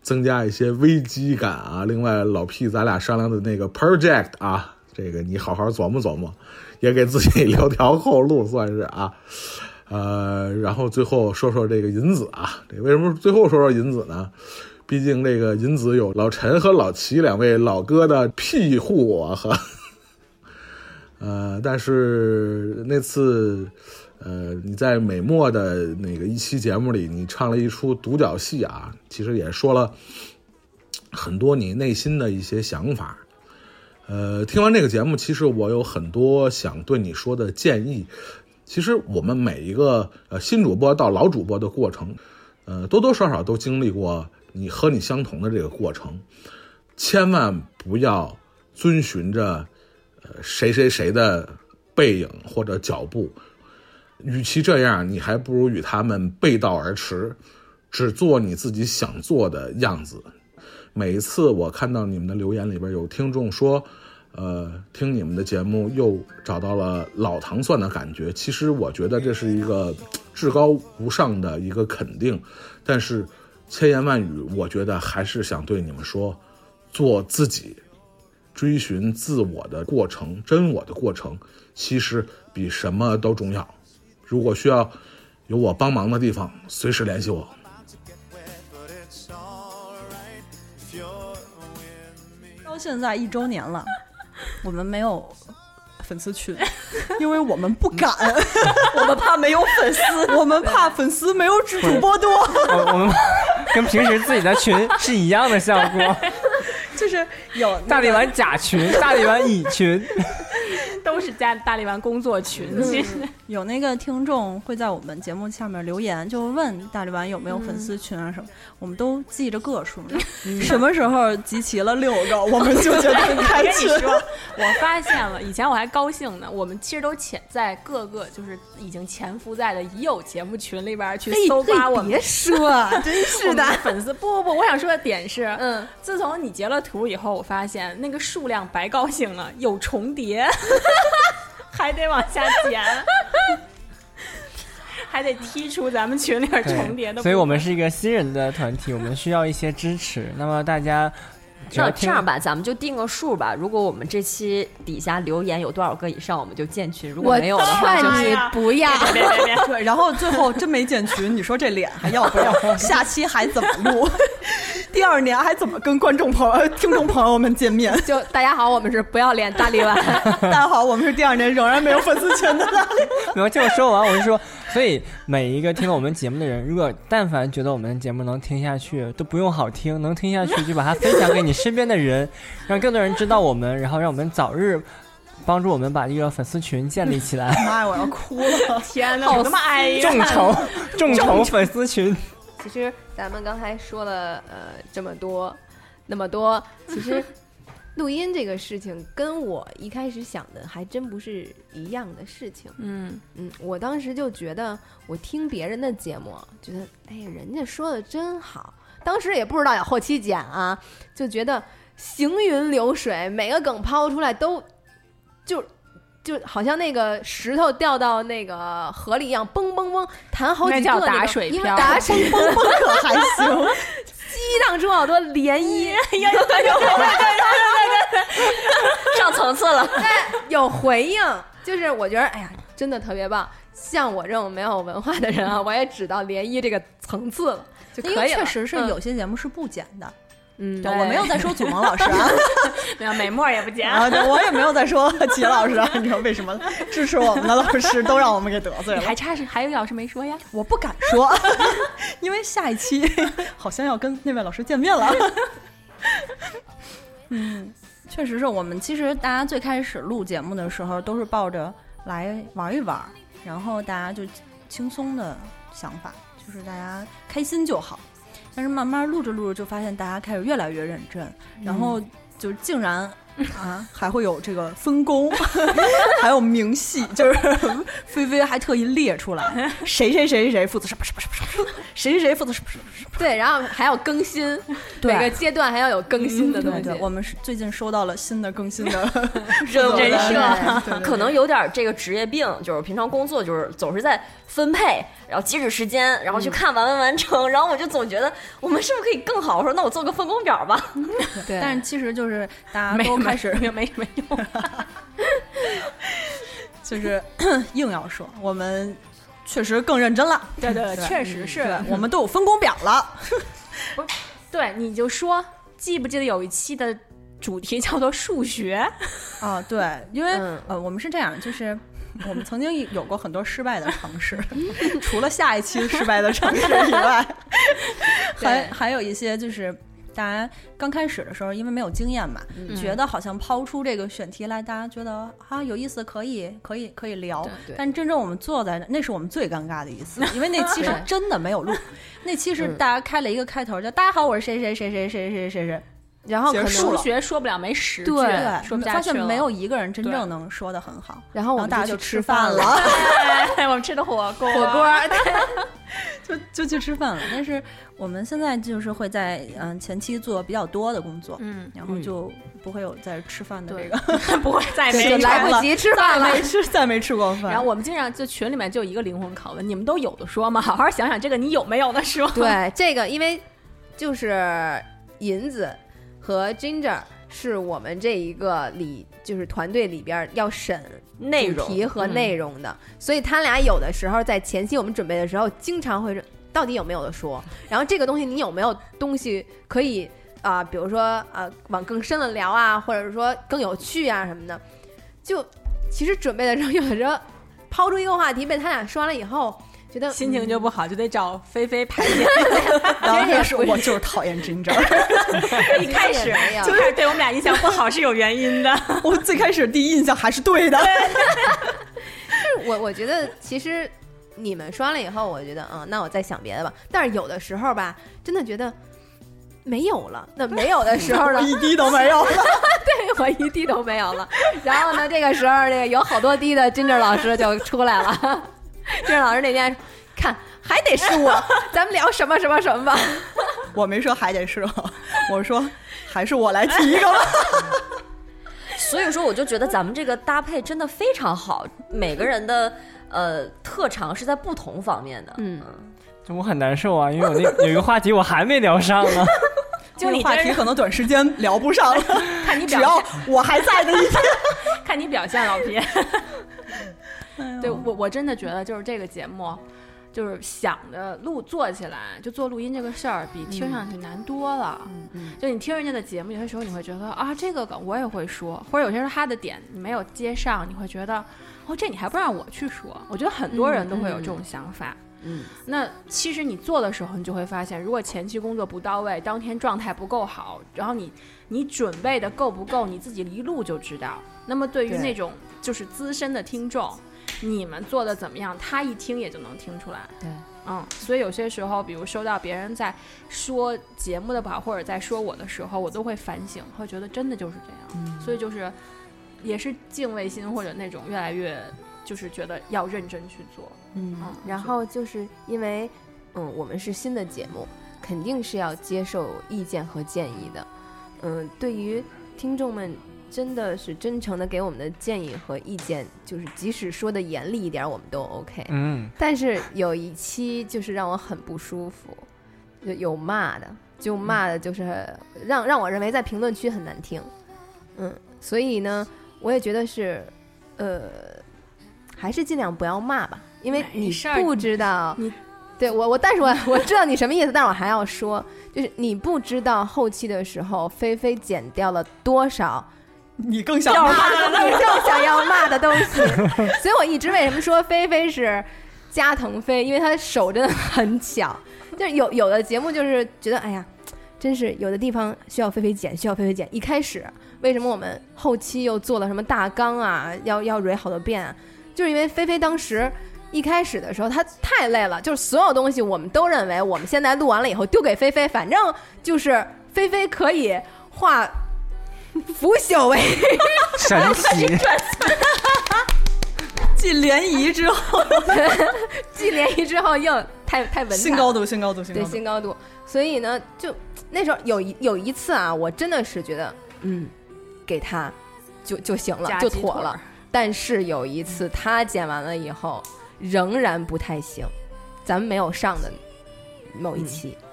Speaker 20: 增加一些危机感啊。另外，老屁咱俩商量的那个 project 啊，这个你好好琢磨琢磨，也给自己留条后路，算是啊。呃，然后最后说说这个银子啊，这为什么最后说说银子呢？毕竟这个银子有老陈和老齐两位老哥的庇护我和呃，但是那次，呃，你在美墨的那个一期节目里，你唱了一出独角戏啊，其实也说了很多你内心的一些想法。呃，听完这个节目，其实我有很多想对你说的建议。其实我们每一个呃新主播到老主播的过程，呃，多多少少都经历过你和你相同的这个过程，千万不要遵循着呃谁谁谁的背影或者脚步。与其这样，你还不如与他们背道而驰，只做你自己想做的样子。每一次我看到你们的留言里边有听众说，呃，听你们的节目又找到了老糖蒜的感觉。其实我觉得这是一个至高无上的一个肯定，但是千言万语，我觉得还是想对你们说，做自己，追寻自我的过程，真我的过程，其实比什么都重要。如果需要有我帮忙的地方，随时联系我。
Speaker 2: 到现在一周年 了，我们没有粉丝群，因为我们不 敢，我们怕没有粉丝， 我们怕粉丝没有主播多。
Speaker 7: 我我 们跟平时自己的群是一样的效果。
Speaker 2: 就是有那个
Speaker 7: 大力丸甲 群，大力丸乙群，
Speaker 8: 都是在大力丸工作群，其实。
Speaker 2: 嗯有那个听众会在我们节目下面留言，就问大力丸有没有粉丝群啊什么，我们都记着个数呢。
Speaker 8: 嗯
Speaker 2: 什么时候集齐了六个，我们就决定开群
Speaker 8: 我跟你说，我发现了，以前我还高兴呢。我们其实都潜在各个就是已经潜伏在的已有节目群里边儿去
Speaker 2: 嘿
Speaker 8: 搜刮
Speaker 2: 嘿
Speaker 8: 我们。
Speaker 2: 哎别 说啊真是的
Speaker 8: 我们粉 丝不不不，我想说的点是，嗯，自从你截了图以后，我发现那个数量白高兴了，有重叠， 还得往下 减。还得剔除咱们群里边儿重叠的部分，
Speaker 7: 所以我们是一个新人的团体，我们需要一些支持。那么大家只
Speaker 5: 那
Speaker 7: 要听
Speaker 5: 这样吧，咱们就定个数吧。如果我们这期底下留言有多少个以上，我们就建群；如果没有的话，就
Speaker 2: 劝
Speaker 5: 是
Speaker 8: 别别 别别
Speaker 2: 对，然后最后真没建群，你说这脸还要 不要？下期还怎么录？ 第二年还怎么跟观众朋友、听众朋友们见面？
Speaker 6: 就大家好，我们是不要脸大力丸。
Speaker 2: 大家好，我们是第二年仍然没有粉丝群的大力。
Speaker 7: 没有，这个说完，我是说，所以每一个听了我们节目的人，如果但凡觉得我们的节目能听下去，都不用好听，能听下去就把它分享给你身边的人，让更多人知道我们，然后让我们早日帮助我们把这个粉丝群建立起来。
Speaker 2: 妈呀，哎我要哭了！
Speaker 8: 天
Speaker 6: 哪好他妈哀怨
Speaker 7: 众筹众筹粉丝群，
Speaker 6: 其实咱们刚才说了呃这么多，那么多，其实录音这个事情跟我一开始想的还真不是一样的事情。
Speaker 8: 嗯
Speaker 6: 嗯，我当时就觉得我听别人的节目，觉得哎呀人家说的真好，当时也不知道有后期剪啊，就觉得行云流水，每个梗抛出来都就。就好像那个石头掉到那个河里一样，嘣嘣嘣弹好几个、
Speaker 8: 那叫
Speaker 6: 个
Speaker 8: 打水
Speaker 6: 因为
Speaker 8: 漂
Speaker 6: 打水
Speaker 8: 嘣嘣嘣可还行， 哎
Speaker 6: 激荡出好多涟漪，
Speaker 8: 呀对对对对对
Speaker 6: 对，
Speaker 5: 上层 次了，
Speaker 6: 有回应，就是我觉得，哎呀，真的特别棒。像我这种没有文化的人啊，我也只到涟漪这个层次了就可
Speaker 2: 因
Speaker 6: 以
Speaker 2: 为
Speaker 6: 了。
Speaker 2: 确实是
Speaker 6: 嗯
Speaker 2: 有些节目是不剪的。
Speaker 6: 嗯
Speaker 2: 对我没有在说祖萌老师啊，
Speaker 8: 没有美墨也不剪
Speaker 2: 啊，对我也没有 在说齐老师啊，你知道为什么支持我们的老师都让我们给得罪了？
Speaker 8: 你还差是还有一个老师没说呀？
Speaker 2: 我不敢说，因为下一期好像要跟那位老师见面了。 嗯，确实是我们其实大家最开始录节目的时候都是抱着来玩一玩，然后大家就轻松的想法，就是大家开心就好。但是慢慢录着录着就发现大家开始越来越认真，
Speaker 8: 嗯
Speaker 2: 然后就竟然 啊，还会有这个分工， 还有 明细，就是菲菲还特意列出来，谁谁谁谁谁负责什么什么什么什么，谁谁谁负责什么什么什么。
Speaker 6: 对，然后还要更新，
Speaker 2: 对
Speaker 6: 每个阶段还要有更新的东
Speaker 8: 嗯
Speaker 6: 西。
Speaker 2: 对对，我们是最近收到了新的更新的
Speaker 5: 任务
Speaker 2: 对对对对
Speaker 5: 设
Speaker 2: 对，
Speaker 5: 可能有点这个职业病，就是平常工作就是总是在分配，然后截止时间，然后去看完完完成，然后我就总觉得我们是不是可以更好？我说那我做个分工表吧。
Speaker 2: 对但是其实就是大家
Speaker 5: 没
Speaker 2: 都开始
Speaker 8: 没没什么用，
Speaker 2: 就是 硬要说我们确实更认真了，
Speaker 8: 对对
Speaker 2: 吧
Speaker 8: 确实是
Speaker 2: 对我们都有分工表了。
Speaker 8: 对，你就说，记不记得有一期的主题叫做数 学？嗯
Speaker 2: 啊，对，因为、呃，我们是这样，就是我们曾经有过很多失败的尝试， 除了下一期失败的尝试 以外，还还有一些就是。大家刚开始的时候，因为没有经验嘛，
Speaker 6: 嗯
Speaker 2: 觉得好像抛出这个选题来，大家觉得啊有意思，可以可以可以聊。
Speaker 6: 对
Speaker 2: 但真正我们坐在那，那是我们最尴尬的一次，因为那期是
Speaker 6: 对
Speaker 2: 真的没有录，那期是
Speaker 6: 嗯
Speaker 2: 大家开了一个开头，叫“大家好，我是谁谁谁谁谁谁谁谁”，
Speaker 6: 然后可能
Speaker 2: 数
Speaker 6: 数学
Speaker 8: 学说不了没十
Speaker 2: 对，
Speaker 6: 句说不下
Speaker 2: 发
Speaker 6: 去
Speaker 2: 现
Speaker 6: 了
Speaker 2: 没有一个人真正能说的很好，
Speaker 6: 然后我们
Speaker 2: 大家
Speaker 6: 就
Speaker 2: 就
Speaker 6: 去
Speaker 2: 吃
Speaker 6: 吃饭了
Speaker 2: 了，
Speaker 8: 对，哎我们吃的火锅，
Speaker 2: 火锅 儿就就去吃饭了。但是我们现在就是会在嗯前期做比较多的工作，
Speaker 8: 嗯
Speaker 2: 然后就不会有在吃饭的这个，
Speaker 8: 不会 再
Speaker 2: 对
Speaker 8: 没
Speaker 2: 就来不
Speaker 8: 了
Speaker 2: 及吃饭
Speaker 8: 再
Speaker 2: 了
Speaker 8: 没 吃，
Speaker 2: 再没吃过饭
Speaker 8: 然后我们经常就群里 面就有一个灵魂拷问：你们都有的说吗？好好想想这个，你有没有的说？
Speaker 6: 对这个，因为就是银子和 Ginger 是我们这一个里就是团队里边儿要审
Speaker 4: 内容
Speaker 6: 主题和
Speaker 4: 嗯
Speaker 6: 内容的，所以他俩有的时候在前期我们准备的时候，经常会说到底有没有的说，然后这个东西你有没有东西可以啊、比如说啊、往更深了聊啊，或者是说更有趣啊什么的，就其实准备的时候有的时候抛出一个话题被他俩说完了以后。觉得
Speaker 4: 心情就不好，就得找菲菲排
Speaker 6: 解。
Speaker 2: 然后他
Speaker 6: 也
Speaker 2: 说
Speaker 6: 不
Speaker 2: 我就是讨厌 Ginger，
Speaker 4: 一开始
Speaker 2: 也没有
Speaker 4: 就开始对我们俩印象不好是有原因的。
Speaker 2: 我最开始第一印象还是对的。
Speaker 6: 但是 我我觉得其实你们说完了以后，我觉得嗯，那我再想别的吧。但是有的时候吧，真的觉得没有了。那没有的时候呢，
Speaker 2: 我一滴都没有了
Speaker 6: 对我一滴都没有了。然后呢，这个时候这个有好多滴的金正老师就出来了。 金正老师那天看还得是我，咱们聊什么什么什么吧。
Speaker 2: 我没说还得是我，我说还是我来提一 个吧。
Speaker 5: 所以说，我就觉得咱们这个搭配真的非常好，每个人的呃特长是在不同方面的。嗯，
Speaker 7: 我很难受啊，因为我那有一个话题我还没聊上呢。
Speaker 2: 这个话题可能短时间聊不上了，
Speaker 4: 看你
Speaker 2: 只
Speaker 4: 表
Speaker 2: 要
Speaker 4: 现
Speaker 2: 我还在的一天。 哎
Speaker 4: 看你表现，老 皮。对我，我真的觉得就是这个节目，就是想着录做起来，就做录音这个事儿，比
Speaker 2: 嗯
Speaker 4: 听上去难多了。就你听人家的节目，有些时候你会觉得啊，这个梗我也会说，或者有些时候他的点你没有接上，你会觉得哦，这你还不让我去说？我觉得很多人都会有这
Speaker 2: 嗯
Speaker 4: 种想法。
Speaker 5: 嗯，
Speaker 4: 那其实你做的时候，你就会发现，如果前期工作不到位，当天状态不够好，然后你你准备的够不够，你自己一录就知道。那么对于
Speaker 8: 对
Speaker 4: 那种就是资深的听众，你们做的怎么样，他一听也就能听出来。
Speaker 5: 对，
Speaker 4: 嗯，所以有些时候，比如收到别人在说节目的不好，或者在说我的时候，我都会反省，会觉得真的就是这样。
Speaker 2: 嗯
Speaker 4: 所以就是也是敬畏心或者那种越来越就是觉得要认真去做。
Speaker 6: 嗯，然后就是因为，嗯，我们是新的节目，肯定是要接受意见和建议的。嗯，对于听众们，真的是真诚的给我们的建议和意见，就是即使说的严厉一点，我们都 OK。
Speaker 7: 嗯
Speaker 6: 但是有一期就是让我很不舒服，有有骂的，就骂的就是让让我认为在评论区很难听。嗯，所以呢，我也觉得是，呃，还是尽量不要骂吧，因为你
Speaker 4: 事儿
Speaker 6: 不知道，对我我，但是我 我知道你什么意思，但是我还要说，就是你不知道后期的时候，菲菲剪掉了多少。
Speaker 2: 你更想
Speaker 6: 骂
Speaker 2: 骂的
Speaker 6: 你更想要骂的东西，所以我一直为什么说菲菲是加藤飞，因为她手真的很巧，就是有有的节目就是觉得哎呀，真是有的地方需要菲菲剪，需要菲菲剪。一开始为什么我们后期又做了什么大纲啊，要要蕊好多遍、啊，就是因为菲菲当时。一开始的时候，她太累了，就是所有东西我们都认为我们现在录完了以后丢给菲菲，反正就是菲菲可以化腐朽为
Speaker 7: 神 奇
Speaker 2: 继联谊之 后，
Speaker 6: 继联谊之后又太太文
Speaker 2: 新高度，新高度，新
Speaker 6: 对
Speaker 2: 高度。
Speaker 6: 新高度。所以呢，就那时候有一有一次啊，我真的是觉得，嗯，给他就就行了
Speaker 4: 夹，
Speaker 6: 就
Speaker 4: 鸡
Speaker 6: 妥
Speaker 4: 腿儿
Speaker 6: 了。但是有一次他剪完了以后，仍然不太行，咱们没有上的某一期，
Speaker 2: 嗯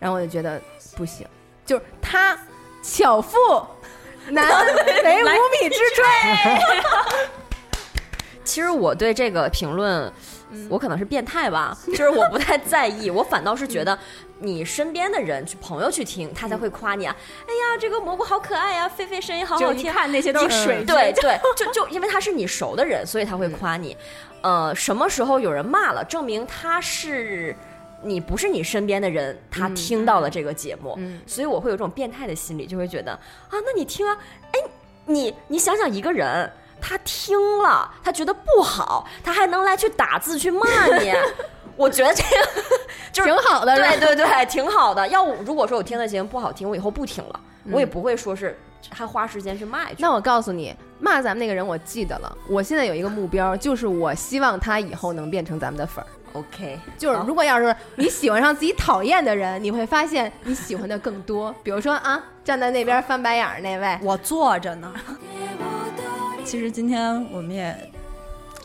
Speaker 6: 然后我就觉得不行，就是他巧妇 难为无米之 炊。
Speaker 5: 其实我对这个评论，我可能是变态吧，就是我不太在意，我反倒是觉得你身边的人、去朋友去听，他才会夸你啊。哎呀，这个蘑菇好可爱呀、菲菲声音好好
Speaker 4: 就
Speaker 5: 听
Speaker 4: 一
Speaker 5: 啊。
Speaker 4: 看那些都是水嗯军
Speaker 5: 对对，就就因为他是你熟的人，所以他会夸你。呃，什么时候有人骂了，证明他是。你不是你身边的人，他听到了这个节目，所以我会有这种变态的心理，就会觉得啊，那你听啊，你你想想一个人，他听了，他觉得不好，他还能来去打字去骂 你，我觉得这个 就是
Speaker 6: 挺好的
Speaker 5: 对
Speaker 6: 是吧
Speaker 5: 对对，挺好的。要我如果说我听的节目不好听，我以后不听了，
Speaker 6: 嗯
Speaker 5: 我也不会说是还花时间去骂一句。
Speaker 6: 那我告诉你，骂咱们那个人我记得了，我现在有一个目标，就是我希望他以后能变成咱们的粉儿。
Speaker 5: OK，
Speaker 6: 就是如果要是你喜欢上自己讨厌的人，你会发现你喜欢的更多。比如说啊，站在那边翻白眼儿那位，
Speaker 2: 我坐着呢。其实今天我们也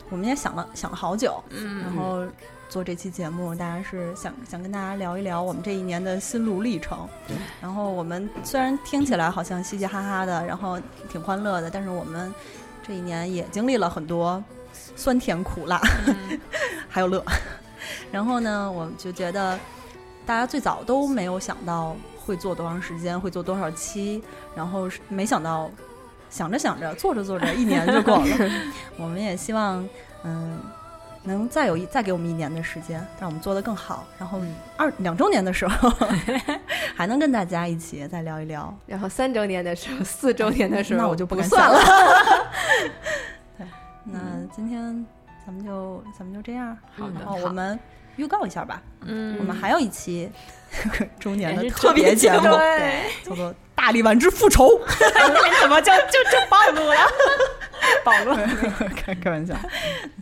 Speaker 2: 我们也想了想了好久，
Speaker 4: 嗯
Speaker 2: 然后做这期节目，大家是想想跟大家聊一聊我们这一年的心路历程。然后我们虽然听起来好像嘻嘻哈哈的，然后挺欢乐的，但是我们这一年也经历了很多酸甜苦辣，还有乐。 然后呢，我就觉得大家最早都没有想到会做多长时间，会做多少期，然后是没想到想着想着，做着做着，一年就过了。 我们也希望，嗯，能再有一再给我们一年的时间，让我们做得更好。然后二两周年的时候， 还能跟大家一起再聊一聊。
Speaker 6: 然后三周年的时 候，四周年的时候，
Speaker 2: 那我就
Speaker 6: 不
Speaker 2: 敢嗯
Speaker 6: 算
Speaker 2: 想
Speaker 6: 了。
Speaker 2: 对，那今天咱们就咱们就这样。
Speaker 8: 好的
Speaker 2: 然后
Speaker 8: 好
Speaker 2: 我们预告一下吧。
Speaker 8: 嗯
Speaker 2: 我们还有一 期周年的
Speaker 8: 也是
Speaker 2: 特别节目，
Speaker 8: 特别节目
Speaker 2: 对，叫做《大力丸之复仇》。 怎么就就就暴露了？ 暴露？ 开开玩笑。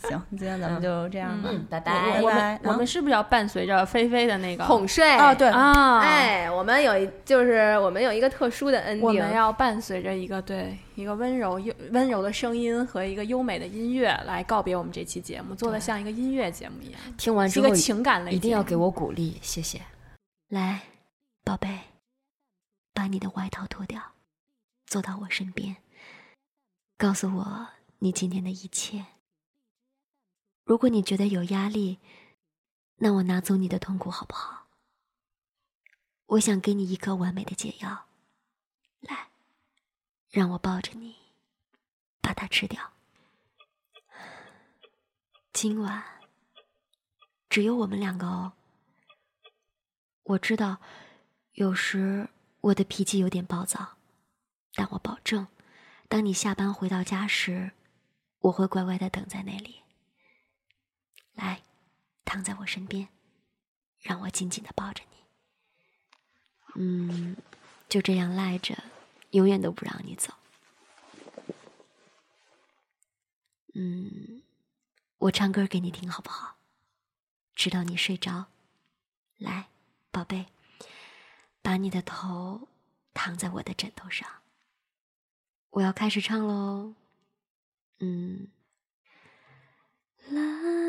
Speaker 2: 行，今天咱们就这样吧，
Speaker 8: 嗯
Speaker 2: 拜拜
Speaker 8: 我
Speaker 2: 拜
Speaker 8: 们。我们是不是要伴随着菲菲的那个
Speaker 6: 哄睡
Speaker 8: 啊？对啊，
Speaker 6: 哎，我们有一就是我们有一个特殊的 ending，
Speaker 8: 我们要伴随着一个对一个温柔优温柔的声音和一个优美的音乐来告别我们这期节目，做的像一个音乐节目一样。
Speaker 5: 听完之
Speaker 8: 是一
Speaker 5: 后
Speaker 8: 个情感类节目，
Speaker 5: 一定要给我鼓励，谢谢。
Speaker 1: 来，宝贝，把你的外套脱掉，坐到我身边，告诉我你今天的一切。如果你觉得有压力，那我拿走你的痛苦好不好？我想给你一颗完美的解药，来，让我抱着你，把它吃掉。今晚只有我们两个哦。我知道，有时我的脾气有点暴躁，但我保证，当你下班回到家时，我会乖乖的等在那里。来，躺在我身边，让我紧紧的抱着你。嗯，就这样赖着，永远都不让你走。嗯，我唱歌给你听好不好？直到你睡着。来，宝贝，把你的头躺在我的枕头上。我要开始唱喽。嗯，啦。